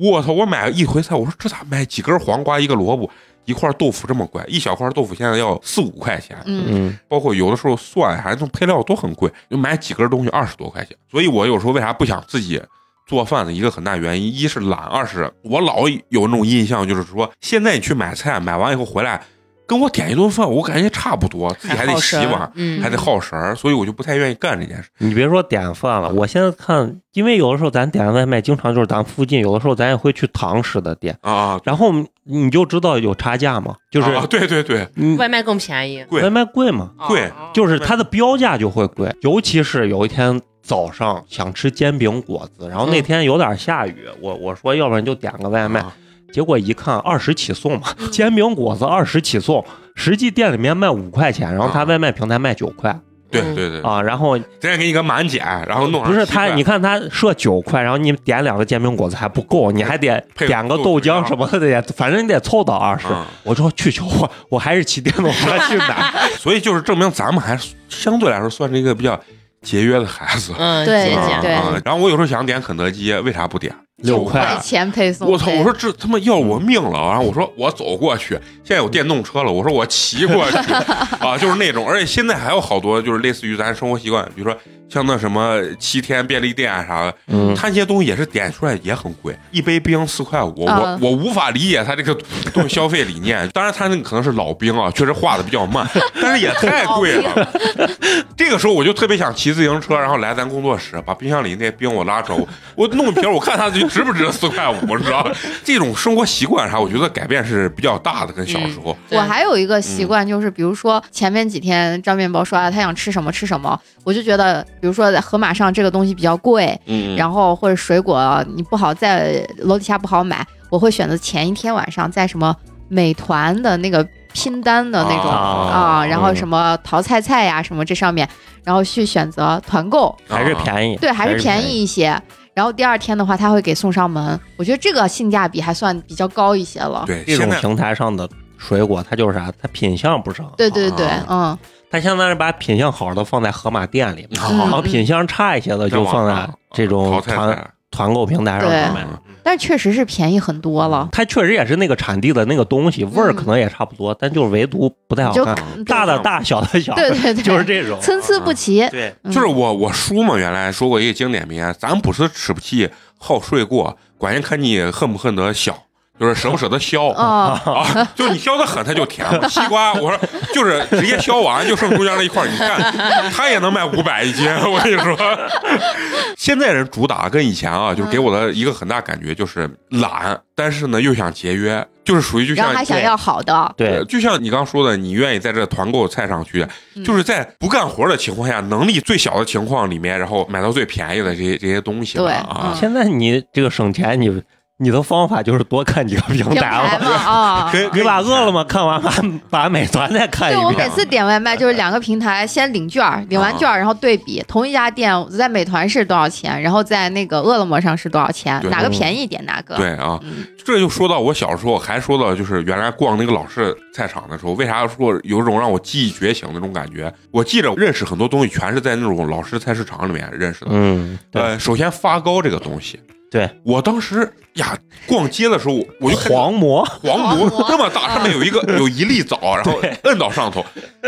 Speaker 1: 我操！我买了一回菜，我说这咋买几根黄瓜、一个萝卜、一块豆腐这么贵？一小块豆腐现在要四五块钱，
Speaker 3: 嗯，
Speaker 4: 嗯
Speaker 1: 包括有的时候蒜还是这种配料都很贵，就买几根东西二十多块钱。所以我有时候为啥不想自己做饭的一个很大原因，一是懒，二是我老有那种印象，就是说现在你去买菜，买完以后回来跟我点一顿饭，我感觉差不多，自己还得洗碗，
Speaker 2: 嗯，
Speaker 1: 还得耗神儿，所以我就不太愿意干这件事。
Speaker 4: 你别说点饭了，我现在看，因为有的时候咱点外卖，经常就是咱附近，有的时候咱也会去堂食的店，
Speaker 1: 啊，
Speaker 4: 然后你就知道有差价嘛，就是
Speaker 1: 啊对对对，
Speaker 4: 嗯
Speaker 2: 外卖更便宜，
Speaker 1: 贵
Speaker 4: 外卖贵嘛，
Speaker 1: 贵
Speaker 2: 哦
Speaker 4: 就是它的标价就会贵，尤其是有一天早上想吃煎饼果子，然后那天有点下雨，我我说要不然就点个外卖，
Speaker 1: 嗯啊
Speaker 4: 结果一看二十起 送嘛，煎饼果子二十起送，实际店里面卖五块钱，然后他
Speaker 1: 啊
Speaker 4: 外卖平台卖九块
Speaker 1: 对对对，
Speaker 4: 啊，然后
Speaker 1: 直接给你个满减，然后弄上
Speaker 4: 不是
Speaker 1: 七块
Speaker 4: 他，你看他设九块，然后你点两个煎饼果子还不够，你还得
Speaker 1: 配
Speaker 4: 点个
Speaker 1: 豆
Speaker 4: 豆
Speaker 1: 汁儿
Speaker 4: 浆什么的，得反正你得凑到二十
Speaker 1: 嗯。
Speaker 4: 我说去求我，我还是骑电动 车去 买。
Speaker 1: 所以就是证明咱们还是相对来说算是一个比较节约的孩子。
Speaker 2: 嗯，
Speaker 3: 对
Speaker 2: 节
Speaker 1: 啊
Speaker 2: 俭
Speaker 3: 对
Speaker 1: 啊然后我有时候想点肯德基，为啥不点？
Speaker 4: 六块
Speaker 3: 块钱配送费，
Speaker 1: 我操！我说这他妈要我命了！然后我说我走过去，现在有电动车了，我说我骑过 去啊，就是那种。而且现在还有好多就是类似于咱生活习惯，比如说像那什么七天便利店啊啥的，
Speaker 4: 嗯
Speaker 1: 它那些东西也是点出来也很贵，一杯冰四块五，我
Speaker 3: 嗯
Speaker 1: 我无法理解它这个东西消费理念。当然，它那个可能是老兵啊，确实化的比较 慢，但是也太贵了。 这个时候我就特别想骑自行车，然后来咱工作室，把冰箱里那冰我拉出来，我我弄瓶儿，我看它就值不值四块五，你知道吗？这种生活习惯啥，我觉得改变是比较大的，跟小时候。
Speaker 2: 对
Speaker 3: 我还有一个习惯，就是比如说前面几天张面包说啊，他想吃什么吃什么，我就觉得，比如说在盒马上这个东西比较贵，
Speaker 1: 嗯
Speaker 3: 然后或者水果你不好在楼底下不好买，我会选择前一天晚上在什么美团的那个拼单的那
Speaker 4: 啊
Speaker 3: 种
Speaker 1: 哦
Speaker 3: 啊，然后什么淘菜菜呀什么这上面，然后去选择团购，
Speaker 1: 啊
Speaker 4: 还是便宜，
Speaker 3: 对，还是便宜一些。然后第二天的话，他会给送上门，我觉得这个性价比还算比较高一些了。
Speaker 1: 啊对，
Speaker 4: 这
Speaker 1: 现
Speaker 4: 种
Speaker 1: 在
Speaker 4: 平台上的水果，它就是啥，它品相不是很好，
Speaker 3: 对对对，嗯，
Speaker 4: 它相当于把品相好的放在盒马店里，然后
Speaker 1: 啊
Speaker 3: 嗯
Speaker 4: 品相差一些的就放在这种
Speaker 1: 淘汰
Speaker 4: 团
Speaker 1: 赛
Speaker 4: 团购平台上
Speaker 3: 对
Speaker 4: 去买。
Speaker 1: 嗯
Speaker 3: 但确实是便宜很多了。嗯
Speaker 4: 它确实也是那个产地的那个东西，味儿可能也差不多，但就是唯独不太好
Speaker 3: 就
Speaker 4: 看。
Speaker 1: 嗯
Speaker 4: 大的大，小的小，
Speaker 3: 对 对对，
Speaker 4: 就是这种。
Speaker 3: 参差不齐。
Speaker 4: 对，
Speaker 3: 嗯
Speaker 1: 就是我我叔嘛，原来说过一个经典名言：咱不是吃不起，好睡过，关键看你恨不恨得消，就是舍不舍得消。
Speaker 3: 哦，
Speaker 1: 啊，就是你削的狠，它就甜 嘛。西瓜，我说就是直接削完，就剩中间那一块儿，你 看它也能卖五百一斤。 我跟你说，现在人主打跟以前啊，就是给我的一个很大感觉就是懒，但是呢又想节约，就是属于就
Speaker 3: 然后
Speaker 1: 像
Speaker 3: 还想要好的，
Speaker 1: 呃
Speaker 4: 对，
Speaker 1: 就像你刚说的，你愿意在这团购菜上去，
Speaker 3: 嗯
Speaker 1: 就是在不干活的情况下，能力最小的情况里面，然后买到最便宜的这些这些东西吧
Speaker 3: 对嗯
Speaker 1: 啊。
Speaker 4: 现在你这个省钱，你你的方法就是多看几个平
Speaker 3: 平
Speaker 4: 台
Speaker 3: 台嘛
Speaker 4: 了。
Speaker 3: 啊。
Speaker 1: 跟
Speaker 4: 你
Speaker 1: 跟
Speaker 4: 把
Speaker 1: 以前
Speaker 4: 饿了么看完，把把美团再看
Speaker 3: 对
Speaker 4: 一
Speaker 3: 我
Speaker 4: 遍
Speaker 3: 每。次点外卖就是两个平台先领券儿，
Speaker 1: 哦
Speaker 3: 领完券儿然后对比同一家店我在美团是多少钱，然后在那个饿了么上是多少钱，
Speaker 1: 对哦
Speaker 3: 哪个便宜点哪个。
Speaker 1: 对啊
Speaker 3: 嗯，
Speaker 1: 这就说到我小时候，还说到就是原来逛那个老式菜场的时候，为啥说有一种让我记忆觉醒的那种感觉？我记着认识很多东西，全是在那种老式菜市场里面认识的。
Speaker 4: 嗯，对，
Speaker 1: 呃，首先发糕这个东西，
Speaker 4: 对
Speaker 1: 我当时呀逛街的时候，我我就看见
Speaker 4: 黄馍，
Speaker 1: 黄
Speaker 3: 黄
Speaker 1: 馍
Speaker 3: 馍
Speaker 1: 那么大，上面有一个
Speaker 4: 嗯
Speaker 1: 有一粒枣，然后摁到上头，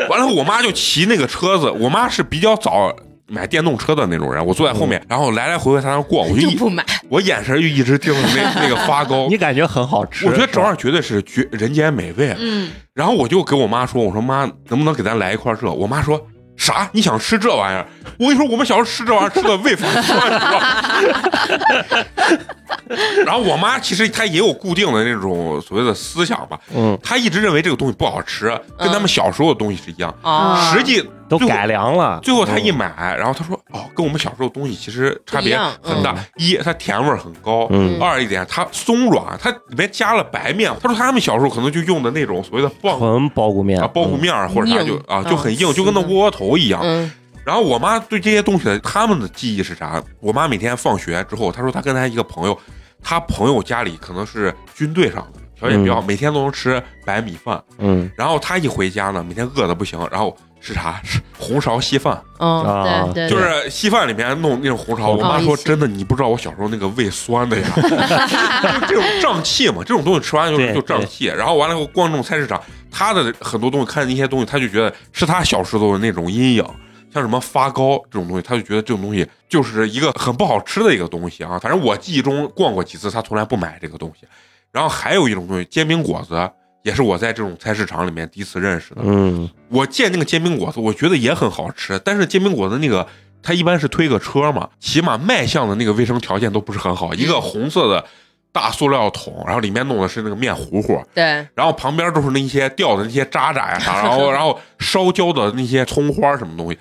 Speaker 1: 完了我妈就骑那个车子，我妈是比较早。买电动车的那种人，我坐在后
Speaker 4: 嗯
Speaker 1: 面，然后来来回回在那过，我就
Speaker 2: 就
Speaker 1: 一
Speaker 2: 不买，
Speaker 1: 我眼神就一直盯着 那那个发糕
Speaker 4: 你。感觉很好吃，
Speaker 1: 我觉得这玩意儿绝对是绝人间美味。啊
Speaker 3: 嗯，
Speaker 1: 然后我就给我妈说：“我说妈，能不能给咱来一块儿这？”我妈说：“啥？你想吃这玩意儿？”我跟你说，我们小时候吃这玩意儿吃的胃反酸，你知道吗 然后我妈其实她也有固定的那种所谓的思想吧，
Speaker 4: 嗯，
Speaker 1: 她一直认为这个东西不好吃，跟咱们小时候的东西是一样。
Speaker 2: 啊，
Speaker 1: 实际
Speaker 4: 都
Speaker 1: 最后
Speaker 4: 改良了，
Speaker 1: 最后她一买，然后她说：“哦，跟我们小时候的东西其实差别很大
Speaker 4: 不一
Speaker 1: 一，
Speaker 4: 样。
Speaker 1: 它甜味儿很高。”
Speaker 4: 嗯，
Speaker 1: 二一点，它松软，它里面加了白面。他说他们小时候可能就用的那种所谓的棒
Speaker 4: 纯苞谷面
Speaker 1: 啊，苞谷，面儿或者啥就
Speaker 2: 硬
Speaker 1: 啊
Speaker 2: 嗯
Speaker 1: 就很硬，就跟那
Speaker 2: 是的
Speaker 1: 窝窝头一样。
Speaker 2: 嗯
Speaker 1: 然后我妈对这些东西的他们的记忆是啥？我妈每天放学之后，她说她跟她一个朋友，她朋友家里可能是军队上的。条件比较好，每天都能吃白米饭。
Speaker 4: 嗯
Speaker 1: 然后她一回家呢，每天饿的不行，然后吃啥？是红苕稀饭，
Speaker 4: 啊
Speaker 2: 嗯，对对，
Speaker 1: 就
Speaker 2: 对
Speaker 1: 是稀饭里面弄那种红苕。我妈
Speaker 2: 哦
Speaker 1: 说：“
Speaker 2: 一起
Speaker 1: 真的，你不知道我小时候那个胃酸 的呀，就是这种胀气嘛，这种东西吃完就
Speaker 4: 对
Speaker 1: 就胀气。然后完了以后逛这种菜市场，他的很多东西看一些东西，他就觉得是他小时候的那种阴影。”像什么发糕这种东西，他就觉得这种东西就是一个很不好吃的一个东西啊。反正我记忆中逛过几次，他从来不买这个东西。然后还有一种东西，煎饼果子，也是我在这种菜市场里面第一次认识的。
Speaker 4: 嗯
Speaker 1: 我见那个煎饼果子，我觉得也很好吃，但是煎饼果子那个它一般是推个车嘛，起码卖相的那个卫生条件都不是很好，一个红色的大塑料桶，然后里面弄的是那个面糊糊，
Speaker 2: 对，
Speaker 1: 然后旁边都是那些掉的那些渣渣呀啥，然后然后烧焦的那些葱花什么东西。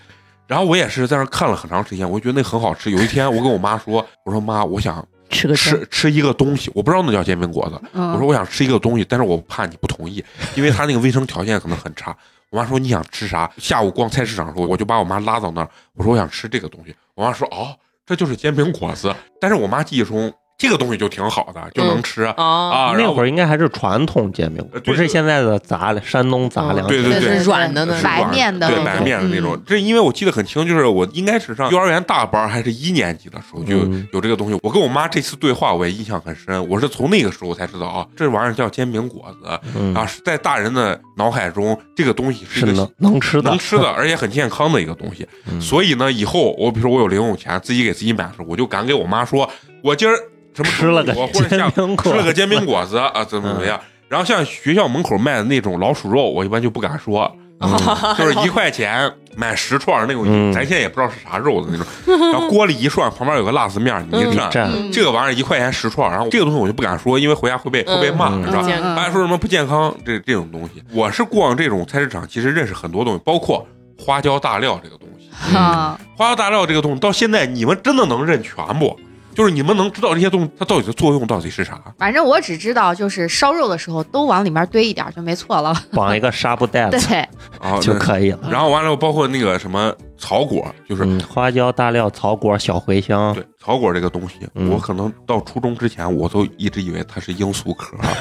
Speaker 1: 然后我也是在那儿看了很长时间，我就觉得那很好吃。有一天我跟我妈说：“我说妈，我想
Speaker 2: 吃个
Speaker 1: 吃吃一个东西，我不知道那叫煎饼果子，
Speaker 3: 嗯
Speaker 1: 我说我想吃一个东西，但是我怕你不同意，因为他那个卫生条件可能很差。我妈说你想吃啥？下午逛菜市场的时候，我就把我妈拉到那儿，我说我想吃这个东西。我妈说哦，这就是煎饼果子。但是我妈记忆中这个东西就挺好的，就
Speaker 3: 嗯
Speaker 1: 能吃、
Speaker 3: 哦
Speaker 2: 啊，
Speaker 1: 啊。然
Speaker 4: 那
Speaker 1: 后
Speaker 4: 会儿应该还是传统煎饼
Speaker 1: 呃，对嗯
Speaker 4: 不是现在的杂粮，山东杂粮，
Speaker 1: 对对
Speaker 2: 那
Speaker 1: 对
Speaker 2: 是软的呢，
Speaker 1: 是
Speaker 3: 白
Speaker 1: 软
Speaker 3: 面的
Speaker 1: 对
Speaker 3: 那
Speaker 1: 白
Speaker 3: 种嗯
Speaker 1: 面的那种。这因为我记得很清，就是我应该是上幼儿园大班还是一年级的时候就
Speaker 4: 嗯
Speaker 1: 有这个东西。我跟我妈这次对话我也印象很深，我是从那个时候才知道啊，这玩意儿叫煎饼果子。
Speaker 4: 嗯
Speaker 1: 啊，是在大人的脑海中，这个东西是
Speaker 4: 是
Speaker 1: 一
Speaker 4: 能
Speaker 1: 个
Speaker 4: 能吃的，
Speaker 1: 能吃的，而且很健康的一个东西。
Speaker 4: 嗯
Speaker 1: 所以呢，以后我比如说我有零用钱，自己给自己买的时候，我就敢给我妈说，我今儿什么
Speaker 4: 吃了个
Speaker 1: 中午或者下
Speaker 4: 煎饼
Speaker 1: 吃
Speaker 4: 果，嗯
Speaker 1: 了个煎饼果 子啊，怎么怎么样。然后像学校门口卖的那种老鼠肉，我一般就不敢说， 就是一块钱买十串那种，
Speaker 4: 嗯
Speaker 1: 咱现在也不知道是啥肉的那种，然后锅里一涮，旁边有个辣子面，你一 蘸，
Speaker 4: 蘸
Speaker 2: 嗯
Speaker 1: 这个玩意儿一块钱十串，然后这个东西我就不敢说，因为回家会被会被骂，
Speaker 4: 嗯
Speaker 1: 你知道吧？
Speaker 2: 健
Speaker 1: 大家说什么不健康这这种东西，我是逛这种菜市场，其实认识很多东西，包括花椒大料这个东西。
Speaker 3: 啊，
Speaker 1: 花椒大料这个东西到现在你们真的能认全不？就是你们能知道这些东西它到底的作用到底是啥？
Speaker 3: 反正我只知道就是烧肉的时候都往里面堆一点儿就没 错了。
Speaker 4: 绑一个纱布袋子
Speaker 3: 对，
Speaker 1: 啊，
Speaker 4: 就可以了。
Speaker 1: 那然后完了，包括那个什么草果，就是、
Speaker 4: 嗯，花椒、大料、草果、小茴香，
Speaker 1: 对草果这个东西，
Speaker 4: 嗯
Speaker 1: 我可能到初中之前我都一直以为它是罂粟壳，
Speaker 2: 啊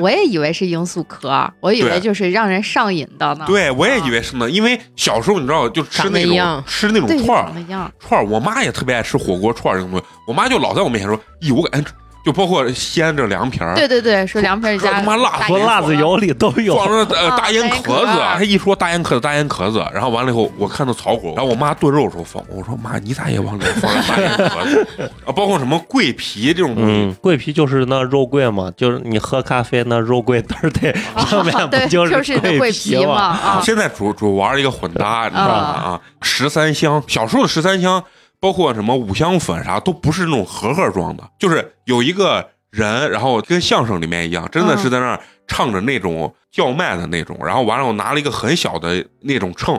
Speaker 3: 我也以为是罂粟壳儿，我以
Speaker 1: 对
Speaker 3: 为就是让人上瘾的呢。
Speaker 1: 对我也以为是呢，因为小时候你知道就吃
Speaker 2: 长得
Speaker 1: 那
Speaker 2: 一
Speaker 1: 种
Speaker 2: 样
Speaker 1: 吃那种
Speaker 3: 对，就
Speaker 1: 串儿
Speaker 3: 长，得一样。
Speaker 1: 串儿，我妈也特别爱吃火锅串儿这种东西，我妈就老在我面前说，咦，我感觉就包括西安这凉皮儿，
Speaker 3: 对对对，说凉皮儿
Speaker 1: 说
Speaker 3: 加
Speaker 1: 他妈辣
Speaker 3: 大
Speaker 4: 说
Speaker 3: 盐
Speaker 4: 辣子
Speaker 3: 火
Speaker 4: 油里都有
Speaker 1: 放。着呃
Speaker 3: 啊
Speaker 1: 大烟
Speaker 3: 大烟
Speaker 1: 壳
Speaker 3: 壳
Speaker 1: 子，
Speaker 3: 儿
Speaker 1: 她一说大烟壳子大烟壳子，然后完了以后我看到草果，然后我妈炖肉的时候放，我说妈你咋也往里放点大烟壳子 啊，包括什么桂皮这种东西。
Speaker 4: 嗯，桂皮就是那肉桂嘛，就是你喝咖啡那肉桂嘚儿得上面不
Speaker 3: 对，
Speaker 4: 就
Speaker 3: 就是那
Speaker 4: 桂
Speaker 3: 桂皮嘛
Speaker 4: 嘛？
Speaker 1: 啊，
Speaker 3: 啊，
Speaker 1: 现在主主玩一个混搭，你知道吧？
Speaker 3: 啊
Speaker 1: 啊，十三香，小时候的十三香，包括什么五香粉啥，都不是那种盒盒装的，就是有一个人，然后跟相声里面一样，真
Speaker 3: 嗯
Speaker 1: 的是在那儿唱着那种叫卖的那种，然后完了我拿了一个很小的那种秤，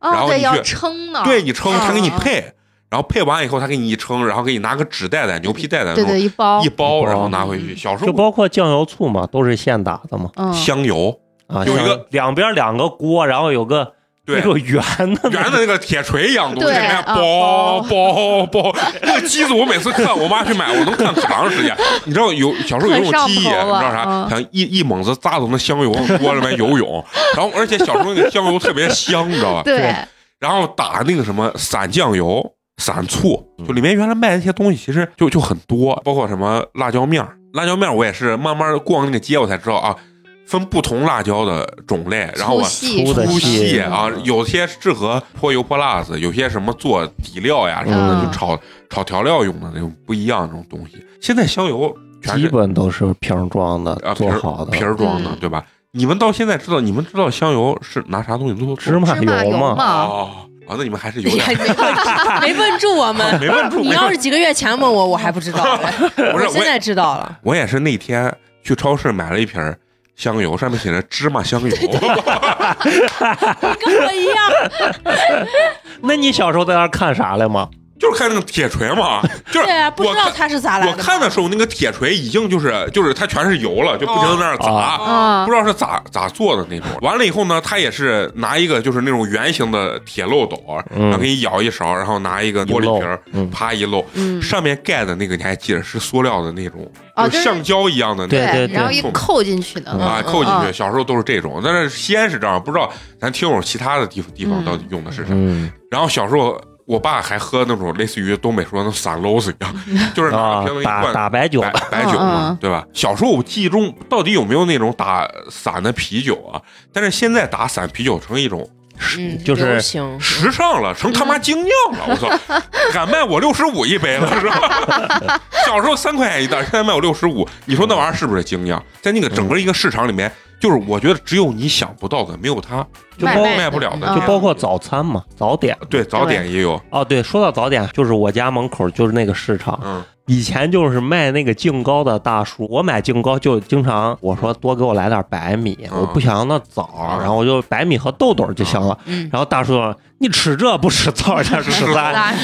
Speaker 1: 然
Speaker 3: 啊
Speaker 1: 后
Speaker 3: 对
Speaker 1: 你
Speaker 3: 要
Speaker 1: 去
Speaker 3: 撑呢，
Speaker 1: 对你称，
Speaker 3: 啊
Speaker 1: 他给你
Speaker 3: 啊
Speaker 1: 配，然后配完以后他给你一称，然后给你拿个纸袋袋、牛皮袋袋那
Speaker 3: 对对
Speaker 1: 种
Speaker 3: 一包
Speaker 1: 一，包，
Speaker 4: 一包
Speaker 1: 然后拿回去。小时
Speaker 4: 就
Speaker 1: 候
Speaker 4: 包括酱油醋嘛，都是现打的嘛。
Speaker 3: 嗯，
Speaker 1: 香油，
Speaker 4: 啊，
Speaker 1: 有一个
Speaker 4: 像两边两个锅，然后有个
Speaker 1: 对
Speaker 4: 那。种圆的
Speaker 1: 圆的那个铁锤一样东西，
Speaker 3: 对
Speaker 1: 人家
Speaker 3: 啊
Speaker 1: 包包包，那个机子我每次看我妈去买，我能看可长时间。你知道有小时候有那种记忆，你知
Speaker 3: 可上头了
Speaker 1: 道啥？
Speaker 3: 嗯
Speaker 1: 想一一猛子扎到那香油锅里面游泳，然后而且小时候那个香油特别香，你知道吧？
Speaker 3: 对，
Speaker 1: 然后打那个什么散酱油、散醋，就里面原来卖的那些东西，其实就就很多，包括什么辣椒面儿。辣椒面儿我也是慢慢逛那个街，我才知道啊，分不同辣椒的种类，然后我
Speaker 3: 粗细
Speaker 4: 粗的
Speaker 1: 粗细
Speaker 4: 细
Speaker 1: 啊，有些适合泼油泼辣子，有些什么做底料呀什么的，
Speaker 3: 嗯
Speaker 1: 就炒炒调料用的那种不一样那种东西。现在香油全
Speaker 4: 基
Speaker 1: 是
Speaker 4: 本都是瓶装的
Speaker 1: 啊
Speaker 4: 做好的
Speaker 1: 皮。儿装的，
Speaker 3: 嗯
Speaker 1: 对吧？你们到现在知道，你们知道香油是拿啥东西做的？
Speaker 4: 芝麻
Speaker 3: 芝麻
Speaker 4: 油
Speaker 3: 油
Speaker 4: 嘛，
Speaker 3: 嘛，
Speaker 1: 哦，啊，那你们还是有
Speaker 2: 你还
Speaker 1: 点啊
Speaker 2: 没问住，哎没问
Speaker 1: 没问
Speaker 2: 住我们。
Speaker 1: 住。
Speaker 2: 你
Speaker 1: 没
Speaker 2: 要
Speaker 1: 问
Speaker 2: 是
Speaker 1: 住
Speaker 2: 几个月前问我，我还不知道嘞。
Speaker 1: 不是
Speaker 2: 我现
Speaker 1: 我也
Speaker 2: 在知道了，
Speaker 1: 我也是那天去超市买了一瓶儿香油，上面写着芝麻香油。
Speaker 2: 跟我一样。
Speaker 4: 那你小时候在那儿看啥来嘛？
Speaker 1: 就是看那个铁锤嘛，就是
Speaker 2: 对啊，不知道它是咋来
Speaker 1: 我
Speaker 2: 的。
Speaker 1: 看的时候，那个铁锤已经就是就是它全是油了，就不停地在那儿砸。
Speaker 4: 哦
Speaker 3: 啊
Speaker 1: 不，知道是咋咋做的那 种，完了以后呢，他也是拿一个就是那种圆形的铁漏斗，然后给你舀一勺，然后拿一个玻璃瓶儿，
Speaker 4: 嗯，
Speaker 1: 啪一漏，
Speaker 3: 嗯嗯，
Speaker 1: 上面盖的那个你还记得是塑料的那种，
Speaker 3: 哦
Speaker 1: 就是橡胶一样的那
Speaker 4: 对
Speaker 1: 种
Speaker 4: 对
Speaker 3: 然后一扣进去的，
Speaker 1: 啊，
Speaker 3: 嗯
Speaker 1: 扣进去。
Speaker 3: 嗯
Speaker 1: 小时候都是这种，但是西安是这样，不知道咱听友其他的地方地方到底用的是啥。
Speaker 4: 嗯，
Speaker 1: 然后小时候我爸还喝那种类似于东北说那散篓子一样， 就是拿
Speaker 4: 啊
Speaker 1: 瓶子，一哎
Speaker 4: 打
Speaker 1: 灌
Speaker 4: 打白酒
Speaker 1: 白白酒
Speaker 3: 嗯
Speaker 1: 嘛
Speaker 3: 嗯，
Speaker 1: 对吧？小时候我记忆中到底有没有那种打散的啤酒啊？但是现在打散啤酒成一种
Speaker 2: 嗯，
Speaker 4: 就是
Speaker 2: 流行
Speaker 1: 时尚了，成他
Speaker 3: 嗯
Speaker 1: 妈精酿了！我操，敢卖我六十五一杯了是吧？ 小时候三块钱一袋，现在卖我六十五，你说那玩意儿是不是精酿？在那个整
Speaker 4: 嗯
Speaker 1: 个一个市场里面，就是我觉得只有你想不到的，没有它
Speaker 4: 就
Speaker 3: 卖
Speaker 4: 包
Speaker 3: 卖
Speaker 1: 卖不了的
Speaker 3: 嗯
Speaker 4: 就包括早餐嘛，早点。
Speaker 1: 对早点也有，
Speaker 4: 哦，对，说到早点，就是我家门口就是那个市场，
Speaker 1: 嗯
Speaker 4: 以前就是卖那个净糕的大叔，我买净糕就经常我说多给我来点白米，
Speaker 1: 嗯
Speaker 4: 我不想要那枣，
Speaker 1: 嗯
Speaker 4: 然后我就白米和豆豆就行了。
Speaker 2: 嗯，
Speaker 4: 然后大叔说你吃这不吃枣，这吃啥？
Speaker 1: 啊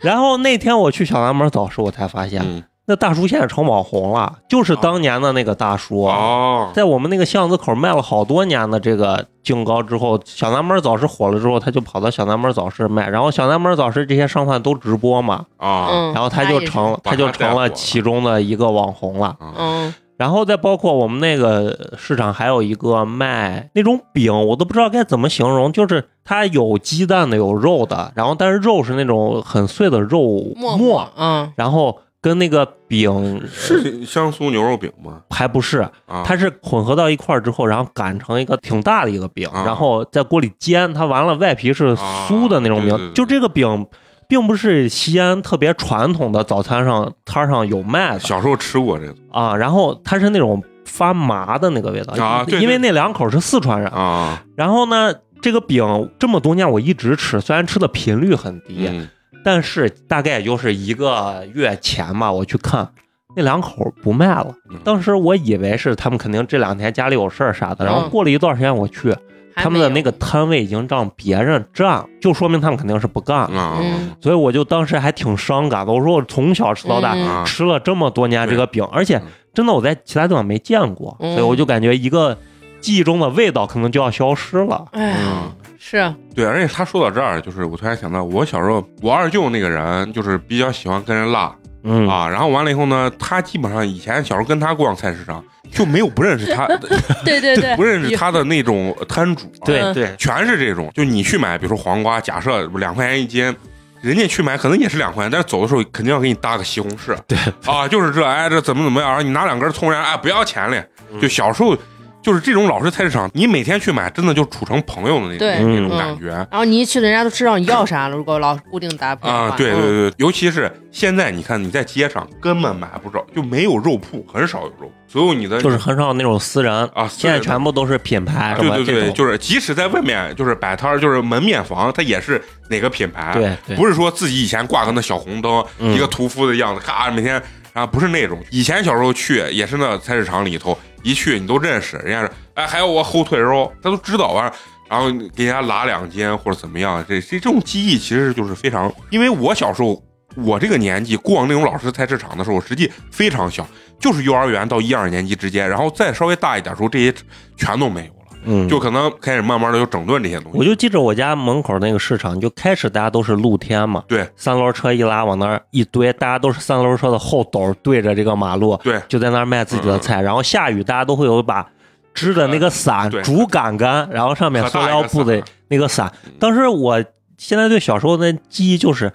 Speaker 4: 然后那天我去小南门早市，我才发现、
Speaker 1: 嗯
Speaker 4: 那大叔现在成网红了，就是当年的那个大叔。
Speaker 1: 哦，
Speaker 4: 在我们那个巷子口卖了好多年的这个净糕之后，小南门早市火了之后，他就跑到小南门早市卖，然后小南门早市这些商贩都直播嘛，
Speaker 1: 啊，
Speaker 2: 嗯，
Speaker 4: 然后他
Speaker 2: 它
Speaker 4: 就
Speaker 2: 也是
Speaker 4: 成了，
Speaker 1: 把
Speaker 4: 他就
Speaker 1: 他带
Speaker 4: 成
Speaker 1: 火
Speaker 4: 了
Speaker 1: 了
Speaker 4: 其中的一个网红了。
Speaker 1: 嗯
Speaker 2: 嗯，
Speaker 4: 然后再包括我们那个市场还有一个卖那种饼，我都不知道该怎么形容，就是它有鸡蛋的，有肉的，然后但是肉是那种很碎的肉
Speaker 2: 默
Speaker 4: 末，
Speaker 2: 嗯，
Speaker 4: 然后跟那个饼
Speaker 1: 是香酥牛肉饼吗？
Speaker 4: 还不是，
Speaker 1: 啊，
Speaker 4: 它是混合到一块儿之后，然后擀成一个挺大的一个饼，
Speaker 1: 啊
Speaker 4: 然后在锅里煎，它完了外皮是酥的那种饼。
Speaker 1: 啊对对对
Speaker 4: 就这个饼，并不是西安特别传统的早餐上摊儿上有卖的
Speaker 1: 小时候吃过这个
Speaker 4: 啊，然后它是那种发麻的那个味道
Speaker 1: 啊对对
Speaker 4: 因为那两口是四川人，
Speaker 1: 啊，
Speaker 4: 然后呢。这个饼这么多年我一直吃，虽然吃的频率很低，
Speaker 1: 嗯
Speaker 4: 但是大概也就是一个月前吧，我去看那两口不卖了。
Speaker 1: 嗯
Speaker 4: 当时我以为是他们肯定这两天家里有事儿啥的，然后
Speaker 2: 嗯
Speaker 4: 过了一段时间我去，
Speaker 2: 还
Speaker 4: 他们的
Speaker 2: 没
Speaker 4: 那
Speaker 2: 有
Speaker 4: 个摊位已经让别人占了，就说明他们肯定是不干了。
Speaker 1: 啊
Speaker 2: 嗯
Speaker 4: 所以我就当时还挺伤感的，我说我从小吃到大，
Speaker 2: 嗯
Speaker 1: 啊，
Speaker 4: 吃了这么多年这个饼，而且
Speaker 1: 嗯
Speaker 4: 真的我在其他地方没见过，
Speaker 2: 嗯
Speaker 4: 所以我就感觉一个记忆中的味道可能就要消失了。
Speaker 2: 哎呀，
Speaker 1: 嗯，
Speaker 2: 是
Speaker 1: 对，而且他说到这儿，就是我突然想到，我小时候我二舅那个人就是比较喜欢跟人拉
Speaker 4: 嗯，
Speaker 1: 啊，然后完了以后呢，他基本上以前小时候跟他逛菜市场就没有不认识他，
Speaker 2: 对对对
Speaker 1: 不认识他的那种摊主，啊
Speaker 4: 对
Speaker 2: 嗯
Speaker 4: 对，
Speaker 1: 全是这种，就你去买，比如说黄瓜，假设两块钱一斤。人家去买可能也是两块钱，但是走的时候肯定要给你搭个西红柿，对啊，就是这，哎，这怎么怎么样，然后你拿两根葱然，哎，不要钱嘞。
Speaker 4: 嗯
Speaker 1: 就小时候就是这种老式菜市场，你每天去买，真的就处成朋友的那
Speaker 2: 对
Speaker 1: 种那种
Speaker 2: 嗯
Speaker 1: 感觉。
Speaker 2: 然后你一去，人家都知道你要啥了。如果老是固定搭配的话
Speaker 1: 啊，对对
Speaker 2: 嗯
Speaker 1: 对，尤其是现在，你看你在街上根本买不着，就没有肉铺，很少有肉，所有你的
Speaker 4: 就是很少那种私人，
Speaker 1: 啊，
Speaker 4: 现在
Speaker 1: 私人
Speaker 4: 全部都是品牌什
Speaker 1: 对
Speaker 4: 么
Speaker 1: 对
Speaker 4: 这
Speaker 1: 对，
Speaker 4: 种。
Speaker 1: 就是即使在外面就是摆摊儿，就是门面房，它也是哪个品牌，
Speaker 4: 对对
Speaker 1: 不是说自己以前挂个那小红灯，
Speaker 4: 嗯
Speaker 1: 一个屠夫的样子，咔，每天啊不是那种，以前小时候去也是那菜市场里头，一去你都认识，人家说哎还有我后腿肉，他都知道完了。然后给人家拉两斤或者怎么样，这这这种记忆其实就是非常，因为我小时候我这个年纪逛那种老式菜市场的时候，实际非常小，就是幼儿园到一二年级之间，然后再稍微大一点的时候，这些全都没有了。
Speaker 4: 嗯，
Speaker 1: 就可能开始慢慢的就整顿这些东
Speaker 4: 我
Speaker 1: 西。
Speaker 4: 就记着我家门口那个市场，就开始大家都是露天嘛，
Speaker 1: 对，
Speaker 4: 三轮车一拉往那儿一堆，大家都是三轮车的后斗对着这个马路，
Speaker 1: 对嗯
Speaker 4: 就在那儿卖自己的菜。然后下雨，大家都会有一把支的那个伞
Speaker 1: 对，
Speaker 4: 竹竿竿，然后上面塑料
Speaker 1: 可
Speaker 4: 布
Speaker 1: 大一个
Speaker 4: 的
Speaker 1: 伞
Speaker 4: 那个伞
Speaker 1: 嗯。
Speaker 4: 当时我现在对小时候的记忆就是。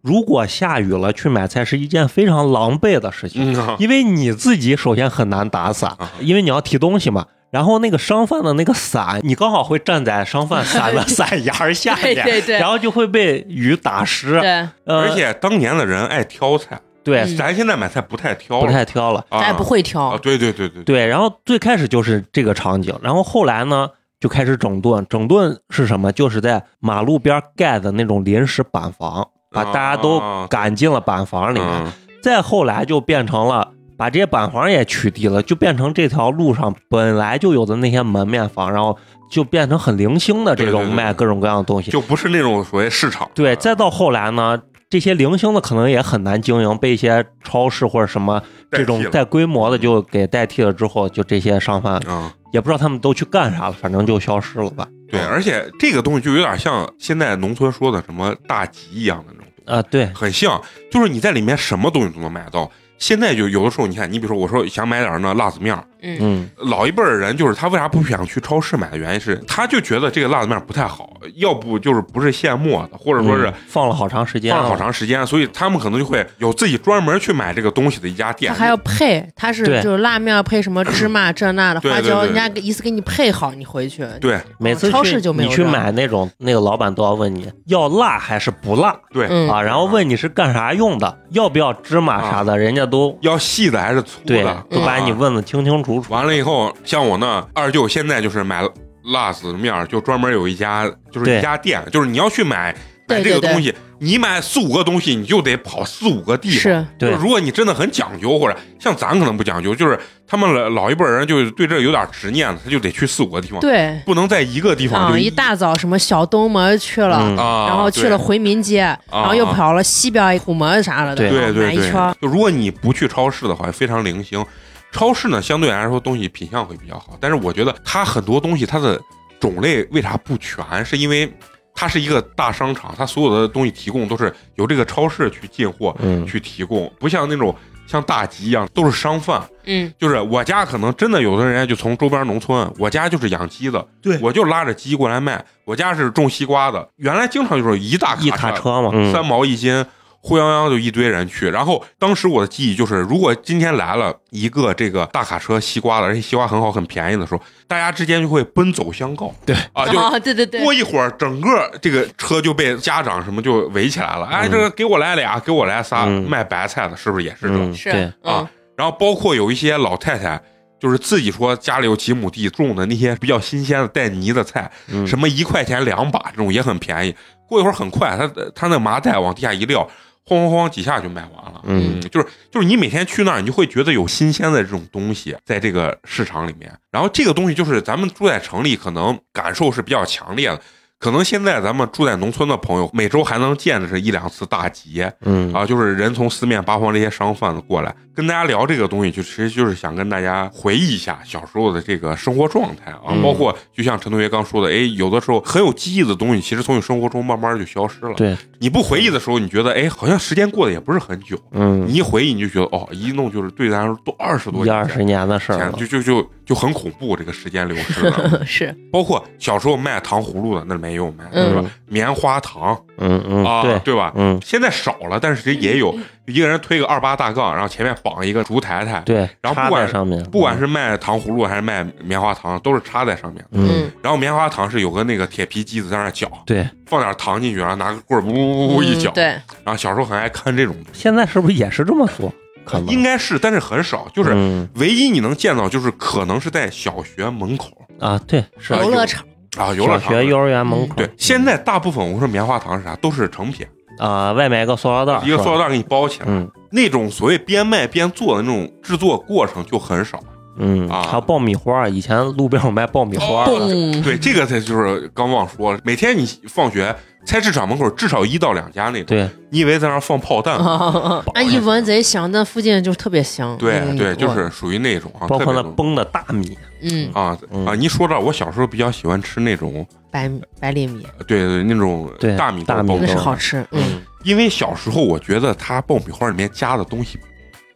Speaker 4: 如果下雨了去买菜是一件非常狼狈的事情，
Speaker 1: 嗯啊
Speaker 4: 因为你自己首先很难打伞
Speaker 1: 啊，
Speaker 4: 因为你要提东西嘛。然后那个商贩的那个伞，你刚好会站在商贩伞的伞沿儿下
Speaker 2: 对
Speaker 4: 面，
Speaker 2: 对对
Speaker 4: 然后就会被雨打
Speaker 2: 嗯
Speaker 4: 湿。
Speaker 1: 啊
Speaker 2: 对，
Speaker 4: 呃
Speaker 1: 而且当年的人爱挑菜，
Speaker 4: 对
Speaker 2: 嗯，
Speaker 1: 咱现在买菜不太挑
Speaker 4: 不
Speaker 1: 了，
Speaker 4: 太挑了。
Speaker 1: 啊
Speaker 2: 咱也不会挑
Speaker 1: 啊，，对对对对，
Speaker 4: 对，然后最开始就是这个场景，然后后来呢就开始整顿。整顿是什么？就是在马路边盖的那种临时板房，把大家都
Speaker 1: 啊
Speaker 4: 赶进了板房里面。
Speaker 1: 嗯
Speaker 4: 再后来就变成了把这些板房也取缔了，就变成这条路上本来就有的那些门面房，然后就变成很零星的这
Speaker 1: 对对
Speaker 4: 种
Speaker 1: 对
Speaker 4: 卖各种各样的东西。
Speaker 1: 就不是那种所谓市场，
Speaker 4: 对，再到后来呢，这些零星的可能也很难经营，被一些超市或者什么
Speaker 1: 嗯代替
Speaker 4: 这种
Speaker 1: 了
Speaker 4: 带规模的就给代替了。之后，就这些商贩
Speaker 1: 啊。
Speaker 4: 也不知道他们都去干啥了，反正就消失了吧。
Speaker 1: 对，而且这个东西就有点像现在农村说的什么大集一样的那种东西，
Speaker 4: 啊，对，
Speaker 1: 很像，就是你在里面什么东西都能买到。现在就有的时候，你看，你比如说，我说想买点儿那辣子面儿，
Speaker 2: 嗯，
Speaker 4: 嗯，
Speaker 1: 老一辈儿人就是他为啥不想去超市买的原因是，他就觉得这个辣子面儿不太好，要不就是不是现磨的，或者说是
Speaker 4: 嗯放了好长时间，
Speaker 1: 放了好。长时间，所以他们可能就会有自己专门去买这个东西的一家店
Speaker 2: 它。还要配，它是
Speaker 4: 对
Speaker 2: 就是辣面配什么芝麻这那的
Speaker 1: 对
Speaker 2: 花
Speaker 1: 对
Speaker 2: 椒，
Speaker 1: 对
Speaker 2: 人家给一次给你配好，你回去。
Speaker 1: 对
Speaker 4: 每次去
Speaker 2: 超市就没有
Speaker 4: 你去
Speaker 2: 这样
Speaker 4: 买那种，那个老板都要问你要辣还是不辣
Speaker 1: 对，
Speaker 2: 嗯
Speaker 4: 啊，然后问你是干啥用的，要不要芝麻啥
Speaker 1: 啊
Speaker 4: 的，人家都
Speaker 1: 要细的还是粗
Speaker 4: 对
Speaker 1: 的，，
Speaker 4: 都把
Speaker 2: 嗯
Speaker 4: 你
Speaker 1: 啊
Speaker 4: 问的清清楚楚。
Speaker 1: 完了以后，像我那二舅现在就是买辣子面儿，就专门有一家，就是
Speaker 4: 对
Speaker 1: 一家店，就是你要去买买
Speaker 2: 对
Speaker 1: 这个
Speaker 2: 对对
Speaker 1: 东西，你买四五个东西，你就得跑四五个地方。
Speaker 2: 是，
Speaker 4: 对
Speaker 1: 就是如果你真的很讲究，或者像咱可能不讲究，就是他们老老一辈人就是对这有点执念的，他就得去四五个地方，
Speaker 2: 对，
Speaker 1: 不能在一个地方
Speaker 2: 啊，
Speaker 1: 就
Speaker 2: 一大早什么小东门去了
Speaker 4: 嗯，
Speaker 1: 啊，
Speaker 2: 然后去了回民街，然后又跑了西边虎门啥了的，
Speaker 4: 对
Speaker 1: 对
Speaker 2: 然
Speaker 1: 对
Speaker 2: 后买
Speaker 1: 对
Speaker 2: 啊一圈
Speaker 1: 对
Speaker 2: 儿。，
Speaker 1: 就如果你不去超市的话，非常零星。超市呢，相对来说东西品相会比较好，但是我觉得它很多东西它的种类为啥不全，是因为它是一个大商场，它所有的东西提供都是由这个超市去进货、
Speaker 4: 嗯
Speaker 1: 去提供，不像那种像大集一样都是商贩。
Speaker 2: 嗯，
Speaker 1: 就是我家可能真的有的人就从周边农村，我家就是养鸡的，
Speaker 4: 对
Speaker 1: 我就拉着鸡过来卖，我家是种西瓜的，原来经常就是一大
Speaker 4: 一卡
Speaker 1: 车
Speaker 4: 车嘛，嗯
Speaker 1: 三毛一斤，呼泱泱就一堆人去。然后当时我的记忆就是，如果今天来了一个这个大卡车西瓜的，而且西瓜很好很便宜的时候，大家之间就会奔走相告。
Speaker 4: 对
Speaker 1: 啊，就
Speaker 2: 啊，对对对，
Speaker 1: 过一会儿，整个这个车就被家长什么就围起来了。哎，
Speaker 4: 嗯
Speaker 1: 这个给我来俩，给我来仨，
Speaker 4: 嗯
Speaker 1: 卖白菜的是不是也是这？
Speaker 4: 嗯，
Speaker 2: 是
Speaker 4: 对，
Speaker 2: 嗯
Speaker 1: 啊然后包括有一些老太太。就是自己说家里有几亩地种的那些比较新鲜的带泥的菜，
Speaker 4: 嗯
Speaker 1: 什么一块钱两把这种也很便宜。过一会儿很快，他他那麻袋往地下一撂，哐哐哐几下就卖完了。
Speaker 4: 嗯，
Speaker 1: 就是就是你每天去那儿，你就会觉得有新鲜的这种东西在这个市场里面。然后这个东西就是咱们住在城里，可能感受是比较强烈的。可能现在咱们住在农村的朋友，每周还能见的是一两次大集
Speaker 4: 嗯
Speaker 1: 啊，就是人从四面八方这些商贩子过来，跟大家聊这个东西，就其实就是想跟大家回忆一下小时候的这个生活状态啊，
Speaker 4: 嗯
Speaker 1: 包括就像陈同学刚说的，哎，有的时候很有记忆的东西，其实从你生活中慢慢就消失了。
Speaker 4: 对，
Speaker 1: 你不回忆的时候，你觉得哎，好像时间过得也不是很久，
Speaker 4: 嗯
Speaker 1: 你，一回忆你就觉得哦，一弄就是对咱来说都二十多
Speaker 4: 一
Speaker 1: 年
Speaker 4: 二十年的事儿
Speaker 1: 前，
Speaker 4: 了
Speaker 1: 就，就就就很恐怖这个时间流失了。
Speaker 2: 是，
Speaker 1: 包括小时候卖糖葫芦的那里面也有卖，
Speaker 2: 嗯
Speaker 1: 是吧？棉花糖
Speaker 4: 嗯嗯，
Speaker 1: 啊，
Speaker 4: 对，
Speaker 1: 对吧？
Speaker 4: 嗯
Speaker 1: 现在少了，但是也
Speaker 2: 嗯
Speaker 1: 有一个人推个二八大杠，然后前面绑一个竹台台，
Speaker 4: 对，
Speaker 1: 然后不
Speaker 4: 插
Speaker 1: 管
Speaker 4: 在上面，
Speaker 1: 不管是卖糖葫芦还是卖棉花糖，都是插在上面。
Speaker 4: 嗯，
Speaker 2: 嗯，
Speaker 1: 然后棉花糖是有个那个铁皮机子在那儿搅，
Speaker 4: 对，
Speaker 1: 放点糖进去，然后拿个棍儿呜呜呜呜一
Speaker 2: 嗯
Speaker 1: 搅。
Speaker 2: 对，
Speaker 1: 然后小时候很爱看这种东西，
Speaker 4: 现在是不是也是这么做？可能
Speaker 1: 啊应该是，但是很少，就是
Speaker 4: 嗯
Speaker 1: 唯一你能见到就是可能是在小学门口
Speaker 4: 啊，对，是
Speaker 1: 啊
Speaker 2: 游乐嗯场，
Speaker 1: 啊，游乐
Speaker 4: 小
Speaker 1: 场
Speaker 4: 学、幼儿园门口，
Speaker 1: 对，现在大部分我说棉花糖是啥，都是成品，
Speaker 4: 啊，外面一个塑料袋儿，
Speaker 1: 一个塑料
Speaker 4: 袋，
Speaker 1: 袋给你包起来，
Speaker 4: 嗯
Speaker 1: 那种所谓边卖边做的那种制作过程就很少。
Speaker 4: 嗯，
Speaker 1: 啊
Speaker 4: 还有爆米花儿，以前路边有卖爆米花儿啊的，
Speaker 2: 嘣，
Speaker 1: 对，这个才就是刚忘说了，每天你放学菜市场门口至少一到两家那种，
Speaker 4: 对，嗯
Speaker 1: 你以为在那儿放炮弹吗？
Speaker 2: 啊 那一闻贼香，那附近就特别香。
Speaker 1: 对
Speaker 2: 嗯
Speaker 1: 对，就是属于那种啊，
Speaker 4: 包
Speaker 1: 特别
Speaker 4: 括那
Speaker 1: 浓
Speaker 4: 崩的大米，
Speaker 2: 嗯，
Speaker 1: 啊
Speaker 4: 嗯
Speaker 1: 啊！你说到我小时候比较喜欢吃那种，
Speaker 2: 白米白粒米
Speaker 1: 对对，那种
Speaker 4: 对
Speaker 1: 大米
Speaker 4: 大米
Speaker 1: 包
Speaker 2: 那
Speaker 1: 子
Speaker 2: 是好吃。嗯，
Speaker 1: 因为小时候我觉得它爆米花里面加的东西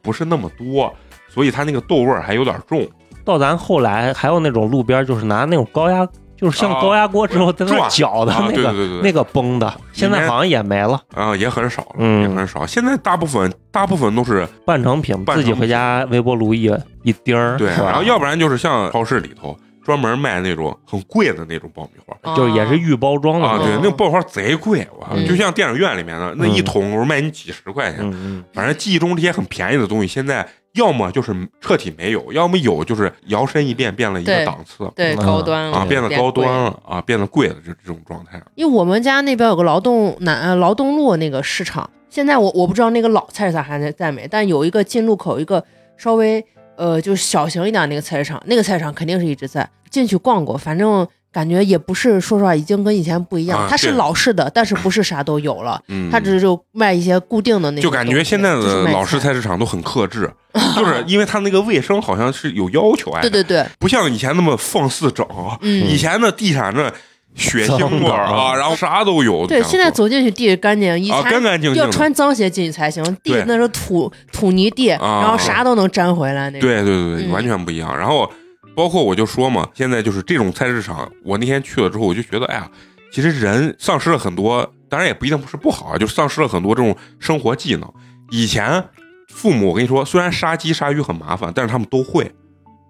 Speaker 1: 不是那么多，所以它那个豆味儿还有点重。
Speaker 4: 到咱后来还有那种路边儿就是拿那种高压。就是像高压锅之后在那
Speaker 1: 啊转
Speaker 4: 儿搅的
Speaker 1: 啊
Speaker 4: 那
Speaker 1: 对对
Speaker 4: 个
Speaker 1: 对对，
Speaker 4: 那个崩的，现在好像也没了，
Speaker 1: 啊也很少了，
Speaker 4: 嗯
Speaker 1: 也很少。现在大部分大部分都是
Speaker 4: 半成品
Speaker 1: 半成品
Speaker 4: 自己回家微波炉一一丁儿，
Speaker 1: 对，
Speaker 4: 是吧
Speaker 1: 然后要不然就是像超市里头专门卖那种很贵的那种爆米花。
Speaker 2: 哦
Speaker 4: 就是也是预包装的
Speaker 1: 啊，
Speaker 4: 那种
Speaker 1: 对，那爆米花贼贵，我靠
Speaker 2: 嗯
Speaker 1: 就像电影院里面的那一桶卖你几十块钱，
Speaker 4: 嗯嗯，
Speaker 1: 反正记忆中这些很便宜的东西，现在要么就是彻底没有，要么有就是摇身一变变了一个
Speaker 2: 对
Speaker 1: 档次
Speaker 2: 对
Speaker 4: 嗯
Speaker 2: 高端了
Speaker 1: 啊，
Speaker 4: 对
Speaker 1: 变得高端
Speaker 2: 贵
Speaker 1: 了啊，变得贵了这这种状态。
Speaker 2: 因为我们家那边有个劳动南呃劳动路那个市场，现在我我不知道那个老菜市场还在在没，但有一个进路口，一个稍微呃就是小型一点那个菜市场，那个菜市场肯定是一直在进去逛过，反正感觉也不是说实话已经跟以前不一样，
Speaker 1: 啊
Speaker 2: 它是
Speaker 1: 对
Speaker 2: 老式的，但是不是啥都有了，
Speaker 1: 嗯，
Speaker 2: 它只是就卖一些固定的那种
Speaker 1: 就
Speaker 2: 东西，
Speaker 1: 感觉现在
Speaker 2: 就是
Speaker 1: 的
Speaker 2: 卖
Speaker 1: 老式
Speaker 2: 菜，
Speaker 1: 菜市场都很克 制，就是因为它那个卫生好像是有要求哎，
Speaker 2: 对对对，
Speaker 1: 不像以前那么放肆整啊。
Speaker 2: 嗯
Speaker 1: 以前的地产这血腥味儿啊，
Speaker 4: 嗯
Speaker 1: 然后啥都有。
Speaker 2: 对，
Speaker 1: 这样
Speaker 2: 现在
Speaker 1: 做
Speaker 2: 走进去地干净，以前、
Speaker 1: 啊，干干净净
Speaker 2: 要
Speaker 1: 的。
Speaker 2: 穿脏鞋进去才行，地
Speaker 1: 对
Speaker 2: 那是土土泥地，
Speaker 1: 啊
Speaker 2: 然后啥都能粘回来那种。
Speaker 1: 对对对对，
Speaker 2: 嗯
Speaker 1: 完全不一样。然后包括我就说嘛，现在就是这种菜市场，我那天去了之后，我就觉得，哎呀，其实人丧失了很多，当然也不一定不是不好啊，就丧失了很多这种生活技能。以前父母我跟你说，虽然杀鸡杀鱼很麻烦，但是他们都会，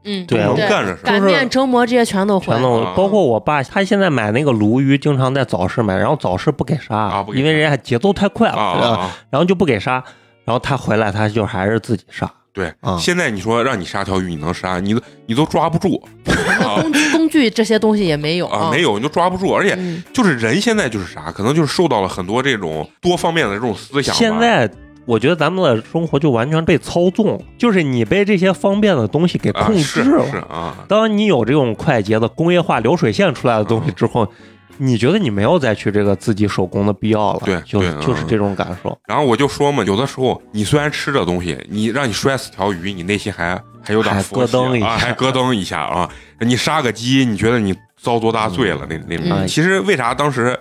Speaker 2: 嗯，
Speaker 1: 都
Speaker 4: 对
Speaker 1: 能
Speaker 4: 我
Speaker 1: 干这事儿。
Speaker 2: 擀面、蒸馍这些全都会
Speaker 4: 全。都
Speaker 1: 啊
Speaker 4: 包括我爸，他现在买那个鲈鱼，经常在早市买，然后早市不给杀，
Speaker 1: 啊不给杀
Speaker 4: 因为人家节奏太快了，
Speaker 1: 啊啊
Speaker 4: 呃
Speaker 1: 啊！
Speaker 4: 然后就不给杀，然后他回来他就还是自己杀，
Speaker 1: 对，
Speaker 4: 啊
Speaker 1: 现在你说让你杀条鱼，你能杀？你都你都抓不住啊
Speaker 2: 工具工具这些东西也没有
Speaker 1: 啊！没有，你都抓不住。而且
Speaker 2: 嗯
Speaker 1: 就是人现在就是啥，可能就是受到了很多这种多方面的这种思想吧。
Speaker 4: 现在我觉得咱们的生活就完全被操纵了，就是你被这些方便的东西给
Speaker 1: 啊
Speaker 4: 控
Speaker 1: 是
Speaker 4: 制了。
Speaker 1: 是啊，
Speaker 4: 当你有这种快捷的工业化流水线出来的东西之
Speaker 1: 嗯
Speaker 4: 后，你觉得你没有再去这个自己手工的必要了？
Speaker 1: 对
Speaker 4: 就是
Speaker 1: 对
Speaker 4: 就是
Speaker 1: 嗯
Speaker 4: 这种感受。
Speaker 1: 然后我就说嘛，有的时候你虽然吃这东西，你让你摔死条鱼，你内心还还有点
Speaker 4: 还
Speaker 1: 佛系
Speaker 4: 咯噔一下
Speaker 1: 啊，还咯噔一下啊。你杀个鸡，你觉得你遭多大罪了？那那种感觉。
Speaker 4: 嗯
Speaker 1: 其实为啥当时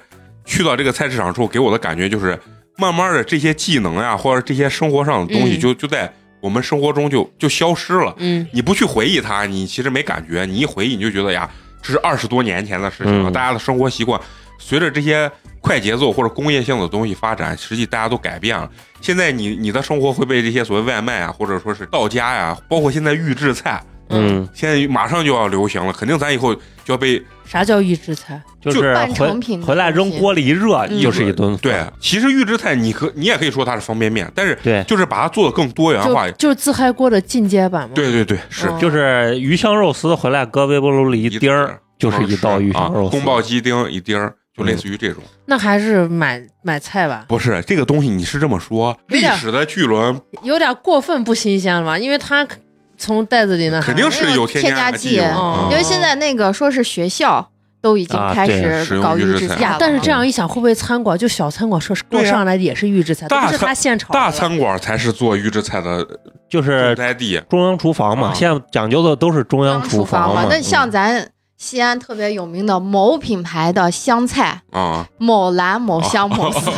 Speaker 1: 去到这个菜市场之后，给我的感觉就是，慢慢的这些技能呀，或者这些生活上的东西
Speaker 2: 嗯
Speaker 1: 就，就在我们生活中就就消失了。
Speaker 2: 嗯，
Speaker 1: 你不去回忆它，你其实没感觉。你一回忆，你就觉得呀，这是二十多年前的事情了。
Speaker 4: 嗯
Speaker 1: 大家的生活习惯随着这些快节奏或者工业性的东西发展，实际大家都改变了。现在你你的生活会被这些所谓外卖啊，或者说是到家呀、包括现在预制菜，
Speaker 4: 嗯，
Speaker 1: 现在马上就要流行了，肯定咱以后就要被
Speaker 2: 啥叫预制菜？
Speaker 4: 就
Speaker 1: 就是
Speaker 3: 半成品
Speaker 4: 回
Speaker 3: 的
Speaker 4: 回来扔
Speaker 3: 东西
Speaker 4: 锅里一热，
Speaker 3: 嗯
Speaker 4: 就是一顿饭。
Speaker 1: 对。其实预制菜你可你也可以说它是方便面，但是
Speaker 4: 对
Speaker 1: 就是把它做的更多元化
Speaker 2: 就。就是自嗨锅的进阶版吗？
Speaker 1: 对对对，是
Speaker 2: 嗯
Speaker 4: 就是鱼香肉丝回来搁微波炉里一丁儿，就是一道鱼
Speaker 1: 啊
Speaker 4: 香肉，丝。嗯
Speaker 1: 宫爆鸡丁一丁儿，就类似于这种。
Speaker 2: 那还是买买菜吧，
Speaker 1: 不是这个东西，你是这么说，
Speaker 2: 有
Speaker 1: 历
Speaker 2: 点
Speaker 1: 史的巨轮
Speaker 2: 有点过分不新鲜了吧？因为它从袋子里那
Speaker 1: 肯定是有添加剂
Speaker 3: 添加剂
Speaker 1: 嘛，嗯
Speaker 3: 因为现在那个说是学校都已经
Speaker 4: 啊
Speaker 3: 开
Speaker 4: 对
Speaker 1: 使
Speaker 3: 始
Speaker 1: 用
Speaker 3: 搞
Speaker 1: 预
Speaker 3: 预
Speaker 1: 制
Speaker 3: 制
Speaker 1: 菜
Speaker 3: 菜
Speaker 2: 呀
Speaker 3: 了，，
Speaker 2: 但是这样一想，会不会餐馆就小餐馆说是给
Speaker 1: 嗯
Speaker 2: 我
Speaker 1: 对呀
Speaker 2: 上来的也是预制菜，都
Speaker 1: 大
Speaker 2: 不是他
Speaker 1: 餐
Speaker 2: 现炒的
Speaker 1: 大餐馆才是做预制菜的
Speaker 4: 就是
Speaker 1: 种栽地。
Speaker 4: 中央厨房嘛，
Speaker 1: 啊
Speaker 4: 现在讲究的都是中央
Speaker 3: 当厨
Speaker 4: 房
Speaker 3: 嘛
Speaker 4: 嘛。。
Speaker 3: 那像
Speaker 4: 嗯
Speaker 3: 咱西安特别有名的某品牌的香菜，
Speaker 1: 啊，
Speaker 3: 某兰、某香、某丝，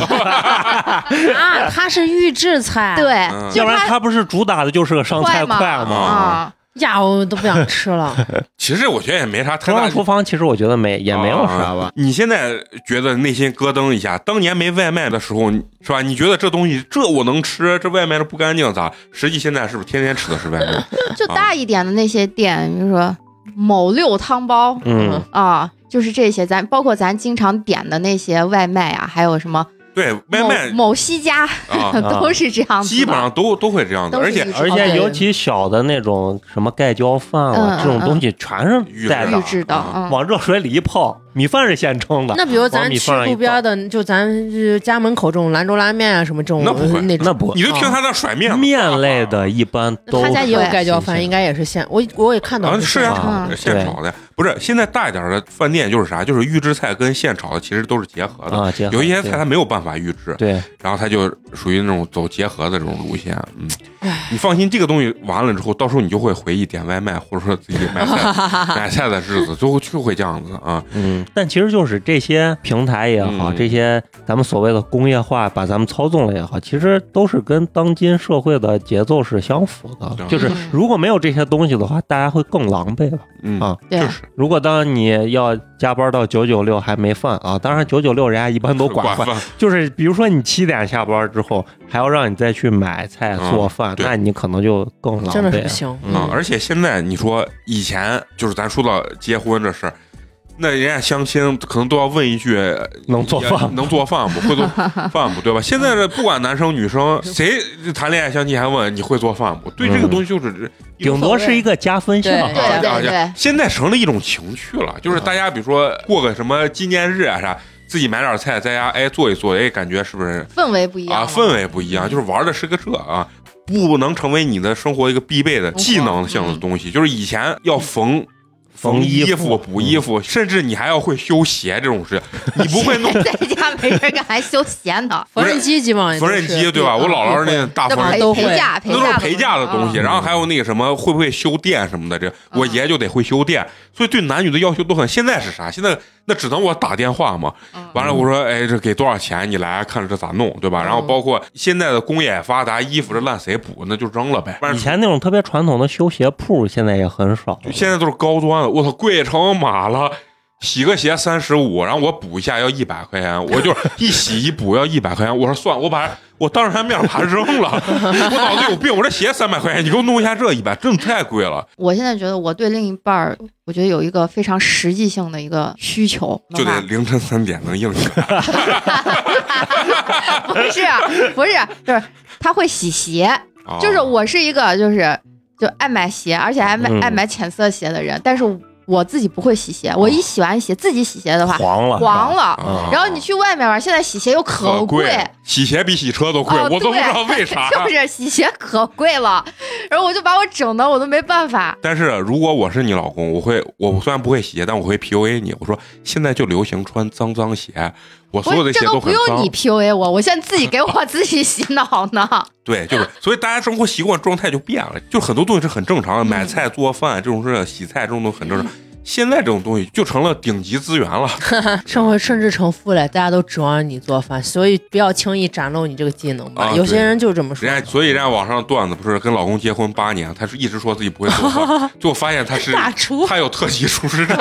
Speaker 2: 啊，它是预制 菜，
Speaker 3: 对
Speaker 1: 嗯，
Speaker 3: 就
Speaker 4: 要不
Speaker 3: 是
Speaker 4: 然它不是主打的就是个上菜
Speaker 3: 快嘛
Speaker 4: 快嘛？
Speaker 3: 啊，
Speaker 2: 呀，我都不想吃了。
Speaker 1: 其实我觉得也没啥太
Speaker 4: 中
Speaker 1: 大
Speaker 4: 央。厨房其实我觉得没也没有啥吧
Speaker 1: 啊。你现在觉得内心咯噔一下，当年没外卖的时候，你是吧？你觉得这东西这我能吃，这外卖这不干净咋？实际现在是不是天天吃的是外卖？
Speaker 3: 就大一点的那些店，比如说某六汤包
Speaker 4: 嗯，
Speaker 3: 啊，就是这些，咱包括咱经常点的那些外卖啊，还有什么
Speaker 1: 对，外
Speaker 3: 某
Speaker 1: 卖
Speaker 3: 某西家
Speaker 1: 啊，
Speaker 3: 都是这样子的，
Speaker 1: 基本上都都会这样子，
Speaker 3: 都是
Speaker 1: 而且
Speaker 3: 预制
Speaker 4: 而
Speaker 2: 哦
Speaker 4: 且
Speaker 3: 对
Speaker 4: 尤其小的那种什么盖浇饭
Speaker 3: 嗯
Speaker 4: 啊，这种
Speaker 3: 嗯
Speaker 4: 东西全
Speaker 1: 预
Speaker 4: 是带
Speaker 1: 制
Speaker 4: 的
Speaker 3: 预，制的，
Speaker 1: 啊
Speaker 3: 嗯，
Speaker 4: 往热水里一泡，米饭是现蒸的。
Speaker 2: 那比如
Speaker 4: 往
Speaker 2: 咱
Speaker 4: 米
Speaker 2: 吃
Speaker 4: 饭上
Speaker 2: 路
Speaker 4: 一
Speaker 2: 边
Speaker 4: 倒
Speaker 2: 的，就咱呃家门口这种兰州拉面啊什么这种，
Speaker 1: 那不会
Speaker 2: 那种
Speaker 4: 那不
Speaker 1: 你就听他那甩面嘛
Speaker 4: 面类的，一般
Speaker 2: 那
Speaker 4: 都
Speaker 2: 他家也有
Speaker 3: 很
Speaker 2: 盖浇
Speaker 4: 新
Speaker 2: 饭，
Speaker 4: 鲜
Speaker 2: 应该也是现我我也看到
Speaker 1: 啊，
Speaker 2: 是
Speaker 1: 是
Speaker 2: 现
Speaker 1: 啊
Speaker 2: 炒
Speaker 4: 炒
Speaker 1: 是
Speaker 4: 的
Speaker 1: 现
Speaker 4: 嗯对
Speaker 1: 炒的，不是现在大一点的饭店就是啥，就是预制菜跟现炒的其实都是结合的。
Speaker 4: 啊，结合
Speaker 1: 有一些菜
Speaker 4: 对
Speaker 1: 它没有办法预制，
Speaker 4: 对
Speaker 1: 然后它就属于那种走结合的这种路线。嗯，你放心，这个东西完了之后，到时候你就会回忆点外卖或者说自己买菜买菜的日子，最后就会这样子啊。
Speaker 4: 嗯，但其实就是这些平台也好，
Speaker 1: 嗯
Speaker 4: 这些咱们所谓的工业化把咱们操纵了也好，其实都是跟当今社会的节奏是相符的。
Speaker 1: 对
Speaker 4: 就是
Speaker 3: 嗯
Speaker 4: 如果没有这些东西的话，大家会更狼狈吧。
Speaker 1: 嗯
Speaker 4: 啊
Speaker 3: 对
Speaker 1: 就是
Speaker 4: 如果当你要加班到九九六还没饭啊，当然九九六人家一般都管饭，
Speaker 1: 饭，
Speaker 4: 就是比如说你七点下班之后还要让你再去买菜
Speaker 1: 嗯
Speaker 4: 做饭，
Speaker 1: 对
Speaker 4: 那你可能就更狼狈。
Speaker 2: 真的是不行。
Speaker 4: 嗯
Speaker 1: 啊，而且现在你说以前就是咱说到结婚这事儿，那人家相亲可能都要问一句
Speaker 4: 能做饭吗
Speaker 1: 能做饭不？会做饭不？对吧？现在这不管男生女生，谁谈恋爱相亲还问你会做饭不？对这个
Speaker 4: 嗯
Speaker 1: 东西就是一种
Speaker 4: 顶多是一个加分项。
Speaker 2: 对
Speaker 1: 啊
Speaker 3: 对
Speaker 1: 啊
Speaker 3: 对对
Speaker 1: 现在成了一种情趣了，就是大家比如说过个什么纪念日啊啥，自己买点菜在家哎做一做，哎感觉是不是
Speaker 3: 氛围不一样
Speaker 1: 啊
Speaker 3: 了
Speaker 1: 氛围不一样？就是玩的是个这啊。不能成为你的生活一个必备的技能性的东西，就是以前要缝
Speaker 4: 缝
Speaker 1: 衣
Speaker 4: 衣
Speaker 1: 服、补衣服，甚至你还要会修鞋这种事，你不会弄
Speaker 3: 在家没事干还休闲 呢，
Speaker 2: 缝纫机基本上也
Speaker 1: 缝
Speaker 2: 都
Speaker 1: 纫
Speaker 2: 是
Speaker 1: 机对吧？我姥姥那大缝
Speaker 2: 那
Speaker 1: 纫
Speaker 2: 不
Speaker 1: 机
Speaker 2: 都会
Speaker 3: 陪嫁陪
Speaker 1: 那都是
Speaker 3: 嫁
Speaker 1: 陪嫁的东西，
Speaker 2: 嗯
Speaker 3: 啊
Speaker 1: 然后还有那个什么，会不会修电什么的？这我爷就得会修电，所以对男女的要求都很。现在是啥？现在那只能我打电话嘛。
Speaker 3: 嗯
Speaker 1: 完了，我说，哎，这给多少钱？你来看这咋弄，对吧？然
Speaker 2: 嗯
Speaker 1: 后包括现在的工业也发达，衣服这烂谁补？那就扔了呗。
Speaker 4: 以前那种特别传统的修鞋铺，现在也很少
Speaker 1: 就。现在都是高端的，我操，贵成马了。洗个鞋三十五，然后我补一下要一百块钱，我就是一洗一补要一百块钱。我说算，我把我当着他面把它扔 了，我脑子有病。我这鞋三百块钱，你给我弄一下这一百，真的太贵了，
Speaker 3: 我现在觉得我对另一半儿，我觉得有一个非常实际性的一个需求，
Speaker 1: 就得凌晨三点能硬起来。
Speaker 3: 不是啊不是，就是他会洗鞋，
Speaker 1: 啊
Speaker 3: 就是我是一个就是就爱买鞋，而且还买、
Speaker 4: 嗯
Speaker 3: 爱买浅色鞋的人，但是我自己不会洗鞋，我一洗完鞋自己洗鞋的话
Speaker 4: 黄了，
Speaker 3: 黄了，
Speaker 1: 哦啊
Speaker 3: 然后你去外面玩，现在洗鞋又可
Speaker 1: 可
Speaker 3: 贵。
Speaker 1: 洗鞋比洗车都贵，
Speaker 3: 哦
Speaker 1: 我都不知道为啥。
Speaker 3: 就是洗鞋可贵了，然后我就把我整的我都没办法。
Speaker 1: 但是如果我是你老公，我会，我虽然不会洗鞋，但我会 PUA 你。我说现在就流行穿脏脏鞋，我所有
Speaker 3: 我
Speaker 1: 的
Speaker 3: 这
Speaker 1: 鞋
Speaker 3: 都不
Speaker 1: 很
Speaker 3: 用
Speaker 1: 脏
Speaker 3: 你。PUA 我，我现在自己给我自己洗脑 呢。
Speaker 1: 对，就是，所以大家生活习惯状态就变了，就很多东西是很正常的，买
Speaker 2: 嗯
Speaker 1: 菜、做饭这种事，洗菜这种都很正常。现在这种东西就成了顶级资源了，
Speaker 2: 生活甚至成负累，大家都指望你做饭，所以不要轻易展露你这个技能吧。
Speaker 1: 啊
Speaker 2: 有些人就这么说
Speaker 1: 人，家所以人家网上段子不是跟老公结婚八年，她是一直说自己不会做饭，最后发现她是
Speaker 2: 大厨
Speaker 1: 她有特级厨师证，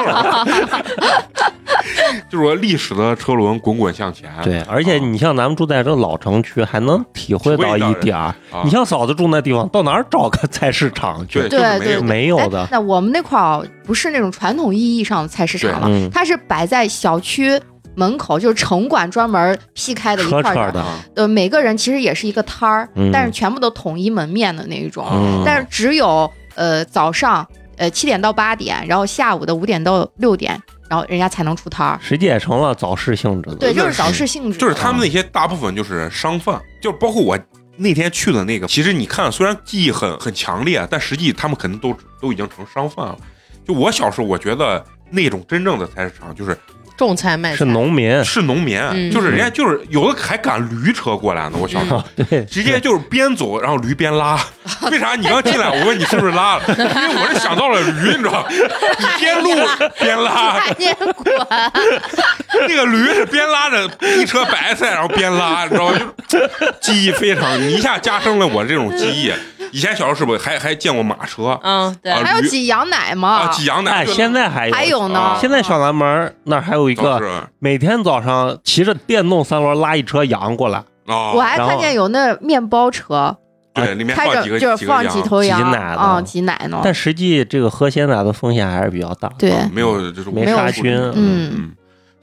Speaker 1: 就是说历史的车轮滚滚向前。啊
Speaker 4: 对，而且你像咱们住在这老城区，还能体会到一点儿
Speaker 1: 啊。
Speaker 4: 你像嫂子住那地方，到哪儿找个菜市场去
Speaker 1: 对？就是没
Speaker 3: 对
Speaker 1: 有
Speaker 3: 对
Speaker 4: 没有的
Speaker 3: 哎。那我们那块儿哦不是那种传统意义上的菜市场了，
Speaker 4: 嗯，
Speaker 3: 它是摆在小区门口，就是城管专门辟开的一
Speaker 4: 车
Speaker 3: 块儿
Speaker 4: 车
Speaker 3: 的。
Speaker 1: 啊
Speaker 4: 的，
Speaker 3: 呃，每个人其实也是一个摊儿，
Speaker 4: 嗯
Speaker 3: 但是全部都统一门面的那一种。
Speaker 4: 嗯，
Speaker 3: 但是只有呃早上呃七点到八点，然后下午的五点到六点，然后人家才能出摊儿。
Speaker 4: 实际也成了早市性质的。
Speaker 3: 对，就
Speaker 1: 那
Speaker 3: 是
Speaker 1: 是
Speaker 3: 早市性质的，
Speaker 1: 就是他们那些大部分就是商贩，就是包括我那天去的那个，其实你看，虽然记忆很很强烈，但实际他们可能都都已经成商贩了。就我小时候，我觉得那种真正的菜市场就是
Speaker 2: 种菜卖菜
Speaker 4: 是农民，
Speaker 1: 是农民，
Speaker 2: 嗯
Speaker 1: 就是人家就是有的还赶驴车过来呢。我小时候。
Speaker 4: 对，
Speaker 1: 直接就是边走，然后驴边拉。为啥你刚进来，我问你是不是拉了？因为我是想到了驴，你知道，你边录边拉，
Speaker 3: 看见过，
Speaker 1: 啊那个驴是边拉着一车白菜，然后边拉，你知道吗？就记忆非常，你一下加深了我这种记忆。以前小时候是不是还还见过马车
Speaker 2: 嗯，对，
Speaker 1: 啊
Speaker 3: 还有挤羊奶嘛
Speaker 1: 啊，？挤羊奶
Speaker 4: 哎，？现在还有，
Speaker 3: 还有呢
Speaker 1: 啊？
Speaker 4: 现在上咱门儿那儿还有一
Speaker 1: 都是
Speaker 4: 个，每天早上骑着电动三轮拉一车羊过来，
Speaker 1: 啊，
Speaker 3: 我还
Speaker 4: 然后
Speaker 3: 看见有那面包车，
Speaker 1: 对里面
Speaker 3: 开
Speaker 1: 放
Speaker 3: 着
Speaker 1: 几个
Speaker 3: 就是
Speaker 1: 几
Speaker 3: 放
Speaker 1: 个
Speaker 3: 几
Speaker 1: 羊，
Speaker 3: 头羊
Speaker 4: 挤奶的
Speaker 3: 啊，挤奶呢。
Speaker 4: 但实际这个喝鲜奶的风险还是比较大。
Speaker 3: 对，
Speaker 1: 没有就是
Speaker 4: 没
Speaker 1: 无
Speaker 4: 杀
Speaker 1: 数
Speaker 4: 菌
Speaker 3: 嗯
Speaker 1: 嗯，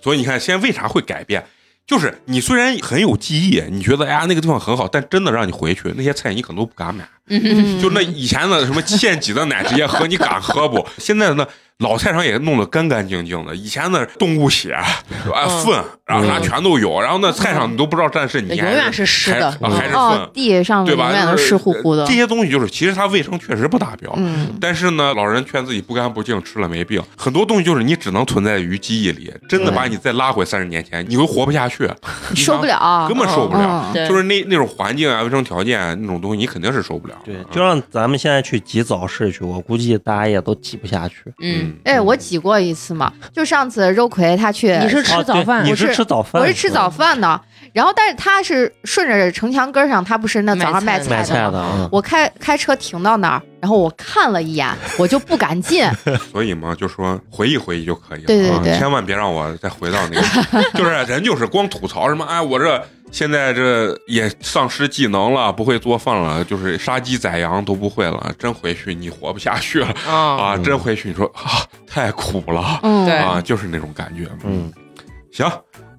Speaker 1: 所以你看现在为啥会改变？就是你虽然很有记忆，你觉得哎呀那个地方很好，但真的让你回去，那些菜你可能都不敢买。
Speaker 2: 嗯
Speaker 1: 就那以前的什么现挤的奶直接喝，你敢喝不？现在呢，老菜场也弄得干干净净的，以前的动物血、啊
Speaker 2: 嗯
Speaker 1: 粪，然后啥全都有，然后那菜场你都不知道占是
Speaker 2: 那
Speaker 1: 泥
Speaker 2: 永
Speaker 1: 还
Speaker 2: 远是湿的，嗯
Speaker 1: 还还是
Speaker 3: 哦
Speaker 1: 粪，，
Speaker 3: 地上
Speaker 1: 嗯对
Speaker 3: 永
Speaker 1: 吧？
Speaker 3: 远都
Speaker 1: 就是呃
Speaker 3: 湿乎乎的
Speaker 1: 这。些东西就是，其实它卫生确实不达标。
Speaker 3: 嗯，
Speaker 1: 但是呢，老人劝自己不干不净，吃了没病。很多东西就是你只能存在于记忆里，真的
Speaker 2: 对
Speaker 1: 把你再拉回三十年前，你会活不下 去，你
Speaker 3: 受不
Speaker 1: 想，
Speaker 3: 了，
Speaker 1: 根本受不了。
Speaker 3: 嗯
Speaker 2: 对
Speaker 1: 就是那那种环境啊、卫生条件啊那种东西，你肯定是受不了。
Speaker 4: 对
Speaker 1: 嗯，
Speaker 4: 就让咱们现在去挤早市去，我估计大家也都挤不下去。
Speaker 2: 嗯，
Speaker 3: 哎，我挤过一次嘛，就上次肉葵他去，
Speaker 2: 你是吃
Speaker 4: 啊
Speaker 2: 早
Speaker 4: 对
Speaker 2: 饭
Speaker 4: 你
Speaker 3: 我
Speaker 4: 是
Speaker 3: 是
Speaker 4: 吃早饭？
Speaker 3: 我是吃早饭的，然后但是他是顺着城墙根儿上，他不是那早上卖
Speaker 2: 买
Speaker 4: 嗯买
Speaker 3: 菜的
Speaker 4: 菜
Speaker 3: 吗？
Speaker 4: 的啊。嗯
Speaker 3: 我开开车停到那儿，然后我看了一眼，我就不敢进。
Speaker 1: 所以嘛，就说回忆回忆就可以了，
Speaker 3: 对对
Speaker 1: 啊
Speaker 3: 对
Speaker 1: 千万别让我再回到那个， 就是人就是光吐槽什么，哎，我这现在这也丧失技能了，不会做饭了，就是杀鸡宰羊都不会了，真回去你活不下去了
Speaker 2: 啊，
Speaker 1: 啊！真回去你说啊，太苦了
Speaker 3: 嗯，
Speaker 2: 对
Speaker 1: 啊，就是那种感觉。
Speaker 4: 嗯，
Speaker 1: 行，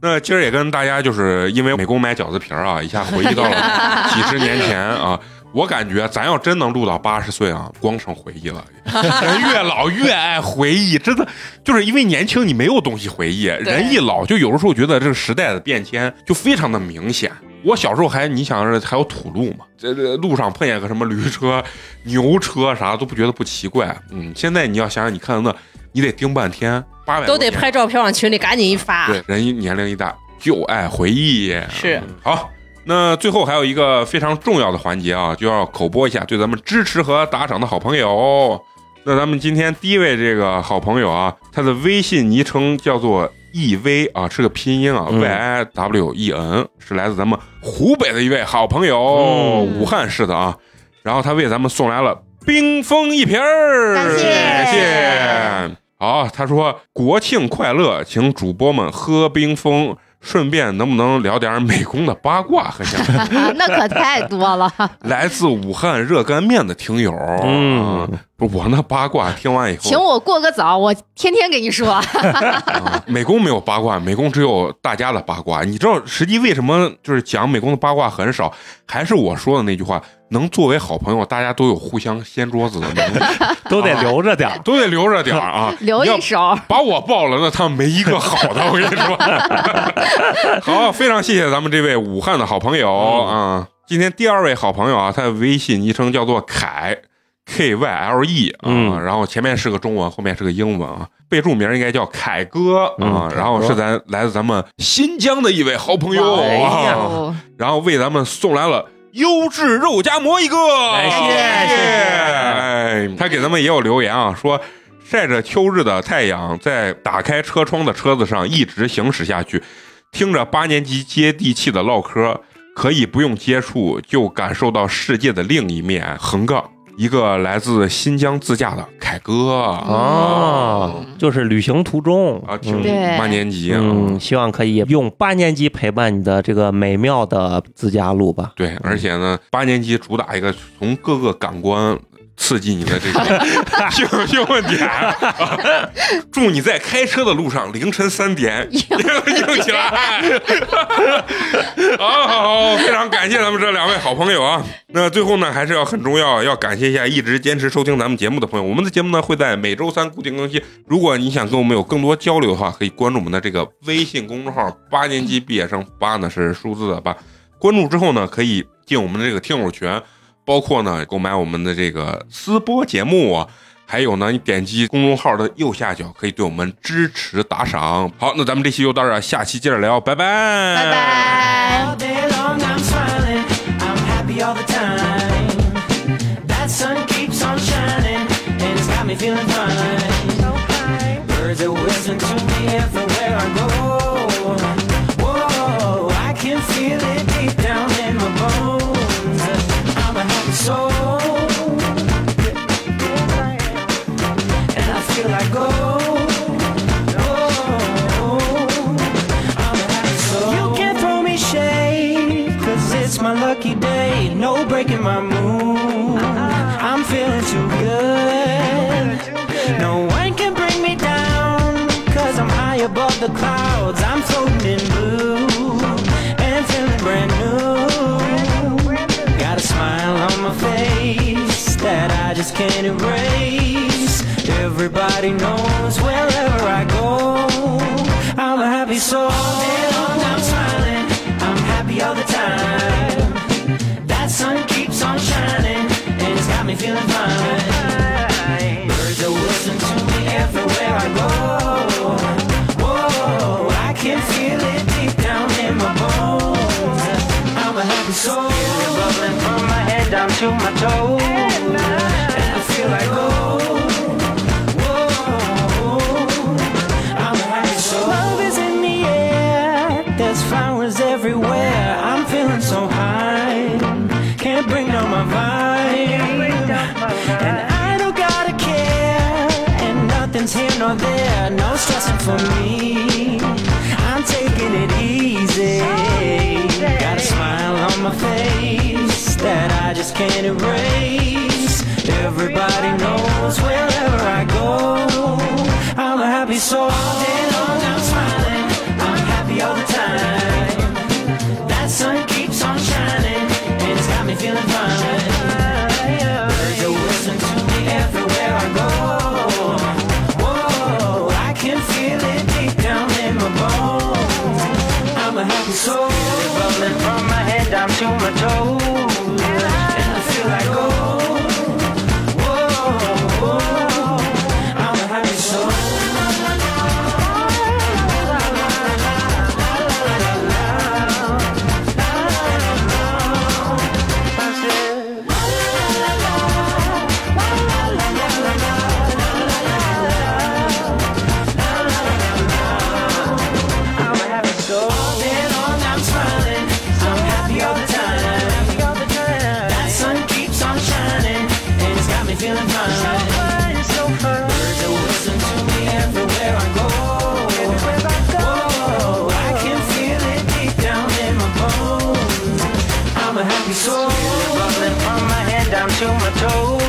Speaker 1: 那今儿也跟大家就是因为美工买饺子皮儿啊，一下回忆到了几十年前啊。我感觉咱要真能录到八十岁啊，光剩回忆了。人越老越爱回忆，真的就是因为年轻你没有东西回忆，人一老就有的时候觉得这个时代的变迁就非常的明显。我小时候还你想着还有土路嘛，这这路上碰见个什么驴车、牛车啥都不觉得不奇怪。嗯，现在你要想想，你看那你得盯半天，八百
Speaker 2: 都得拍照片往群里赶紧一发。
Speaker 1: 对，人一年龄一大就爱回忆。嗯
Speaker 2: 是
Speaker 1: 好，那最后还有一个非常重要的环节啊，就要口播一下对咱们支持和打赏的好朋友。那咱们今天第一位这个好朋友啊，他的微信昵称叫做 E V 啊，是个拼音啊、
Speaker 4: 嗯
Speaker 1: y I W E N，是来自咱们湖北的一位好朋友，
Speaker 4: 嗯
Speaker 1: 武汉市的啊。然后他为咱们送来了冰封一瓶儿，
Speaker 3: 感谢
Speaker 1: 感谢。好，他说国庆快乐，请主播们喝冰封，顺便能不能聊点美工的八卦？很想
Speaker 3: 啊那可太多了。
Speaker 1: 来自武汉热干面的听友，
Speaker 4: 嗯
Speaker 1: 啊，我那八卦听完以后，
Speaker 3: 请我过个早，我天天跟你说。
Speaker 1: 啊美工没有八卦，美工只有大家的八卦。你知道实际为什么就是讲美工的八卦很少？还是我说的那句话，能作为好朋友，大家都有互相掀桌子的能力，
Speaker 4: 都得留着点儿。
Speaker 1: 都得留着点儿啊，
Speaker 3: 留
Speaker 1: 要
Speaker 3: 一手，
Speaker 1: 把我爆了，那他们没一个好的，我跟你说。 好，非常谢谢咱们这位武汉的好朋友
Speaker 4: 嗯
Speaker 1: 啊、今天第二位好朋友啊，他的微信昵称叫做凯 K Y L E 啊、
Speaker 4: 嗯
Speaker 1: 然后前面是个中文，后面是个英文啊，备注名应该叫凯哥啊、
Speaker 4: 嗯凯哥
Speaker 1: 然后是咱来自咱们新疆的一位好朋友
Speaker 4: 哇哎呀
Speaker 1: 啊，
Speaker 3: 哦
Speaker 1: 然后为咱们送来了。优质肉夹馍一个，
Speaker 4: 哎谢
Speaker 3: 谢
Speaker 1: 哎，他给咱们也有留言啊，说晒着秋日的太阳，在打开车窗的车子上一直行驶下去，听着八年级接地气的唠嗑，可以不用接触就感受到世界的另一面。横杠，一个来自新疆自驾的凯哥
Speaker 4: 哦，就是旅行途中
Speaker 1: 啊，
Speaker 4: 嗯
Speaker 1: 听
Speaker 3: 对
Speaker 1: 八年级啊，
Speaker 4: 嗯，希望可以用八年级陪伴你的这个美妙的自驾路吧。
Speaker 1: 对，而且呢，八年级主打一个从各个感官刺激你的这个 兴兴奋点，啊 祝你在开车的路上凌晨三 点硬硬起来。好好好，非常感谢咱们这两位好朋友啊。那最后呢，还是要很重要，要感谢一下一直坚持收听咱们节目的朋友。我们的节目呢会在每周三固定更新。如果你想跟我们有更多交流的话，可以关注我们的这个微信公众号“八年级毕业生”，八呢是数字的八。关注之后呢，可以进我们的这个听友群，包括呢购买我们的这个私播节目啊，还有呢你点击公众号的右下角可以对我们支持打赏。好，那咱们这期就到这儿，下期接着聊，拜拜，
Speaker 3: 拜
Speaker 1: 拜。
Speaker 3: 拜。
Speaker 5: All day long I'm smiling, I'm happy all the time. That sun keeps on shining, and it's got me feeling fine. Birds are whistling to me everywhere I go. Whoa, I can feel it deep down in my bones. I'm a happy soul, and I feel like gold. Oh. You can throw me shade, cause it's my lucky day. No breaking my mood. I'm feeling too good. No one can bring me down, cause I'm high above the clouds. I'm floating in blue and feeling brand new. Got a smile on my face. can't erase. Everybody knows wherever I go, I'm a happy soul. All day long I'm smiling, I'm happy all the time. That sun keeps on shining, and it's got me feeling fine. Birds are whistling to me everywhere I go. Whoa, I can feel it deep down in my bones. I'm a happy soul. Feeling bubbling from my head down to my toes. And I feel like, oh, whoa. I'm a happy soul. Love is in the air. There's flowers everywhere. I'm feeling so high. Can't bring down my vibe. And I don't gotta care. And nothing's here nor there. No stressing for me. I'm taking it easy. Got a smile on my face that I just can't erase. Everybody knows wherever I go. I'm a happy soul. All day long I'm smiling. I'm happy all the time. That sun keeps on shining, and it's got me feeling fine. Birds are whistling to me everywhere I go. Whoa, I can feel it deep down in my bones. I'm a happy soul. It's bubbling from my head down to my toes. And I feel like, oh, whoa, I'm a happy soul. I'm a happy soul. All day long I'm smiling. I'm happy all the time. That sun keeps on shining, and it's got me feeling fine. Birds are whistling to me everywhere I go. Whoa, I can feel it deep down in my bones. I'm a happy soul. Bubbling from my head down to my toes.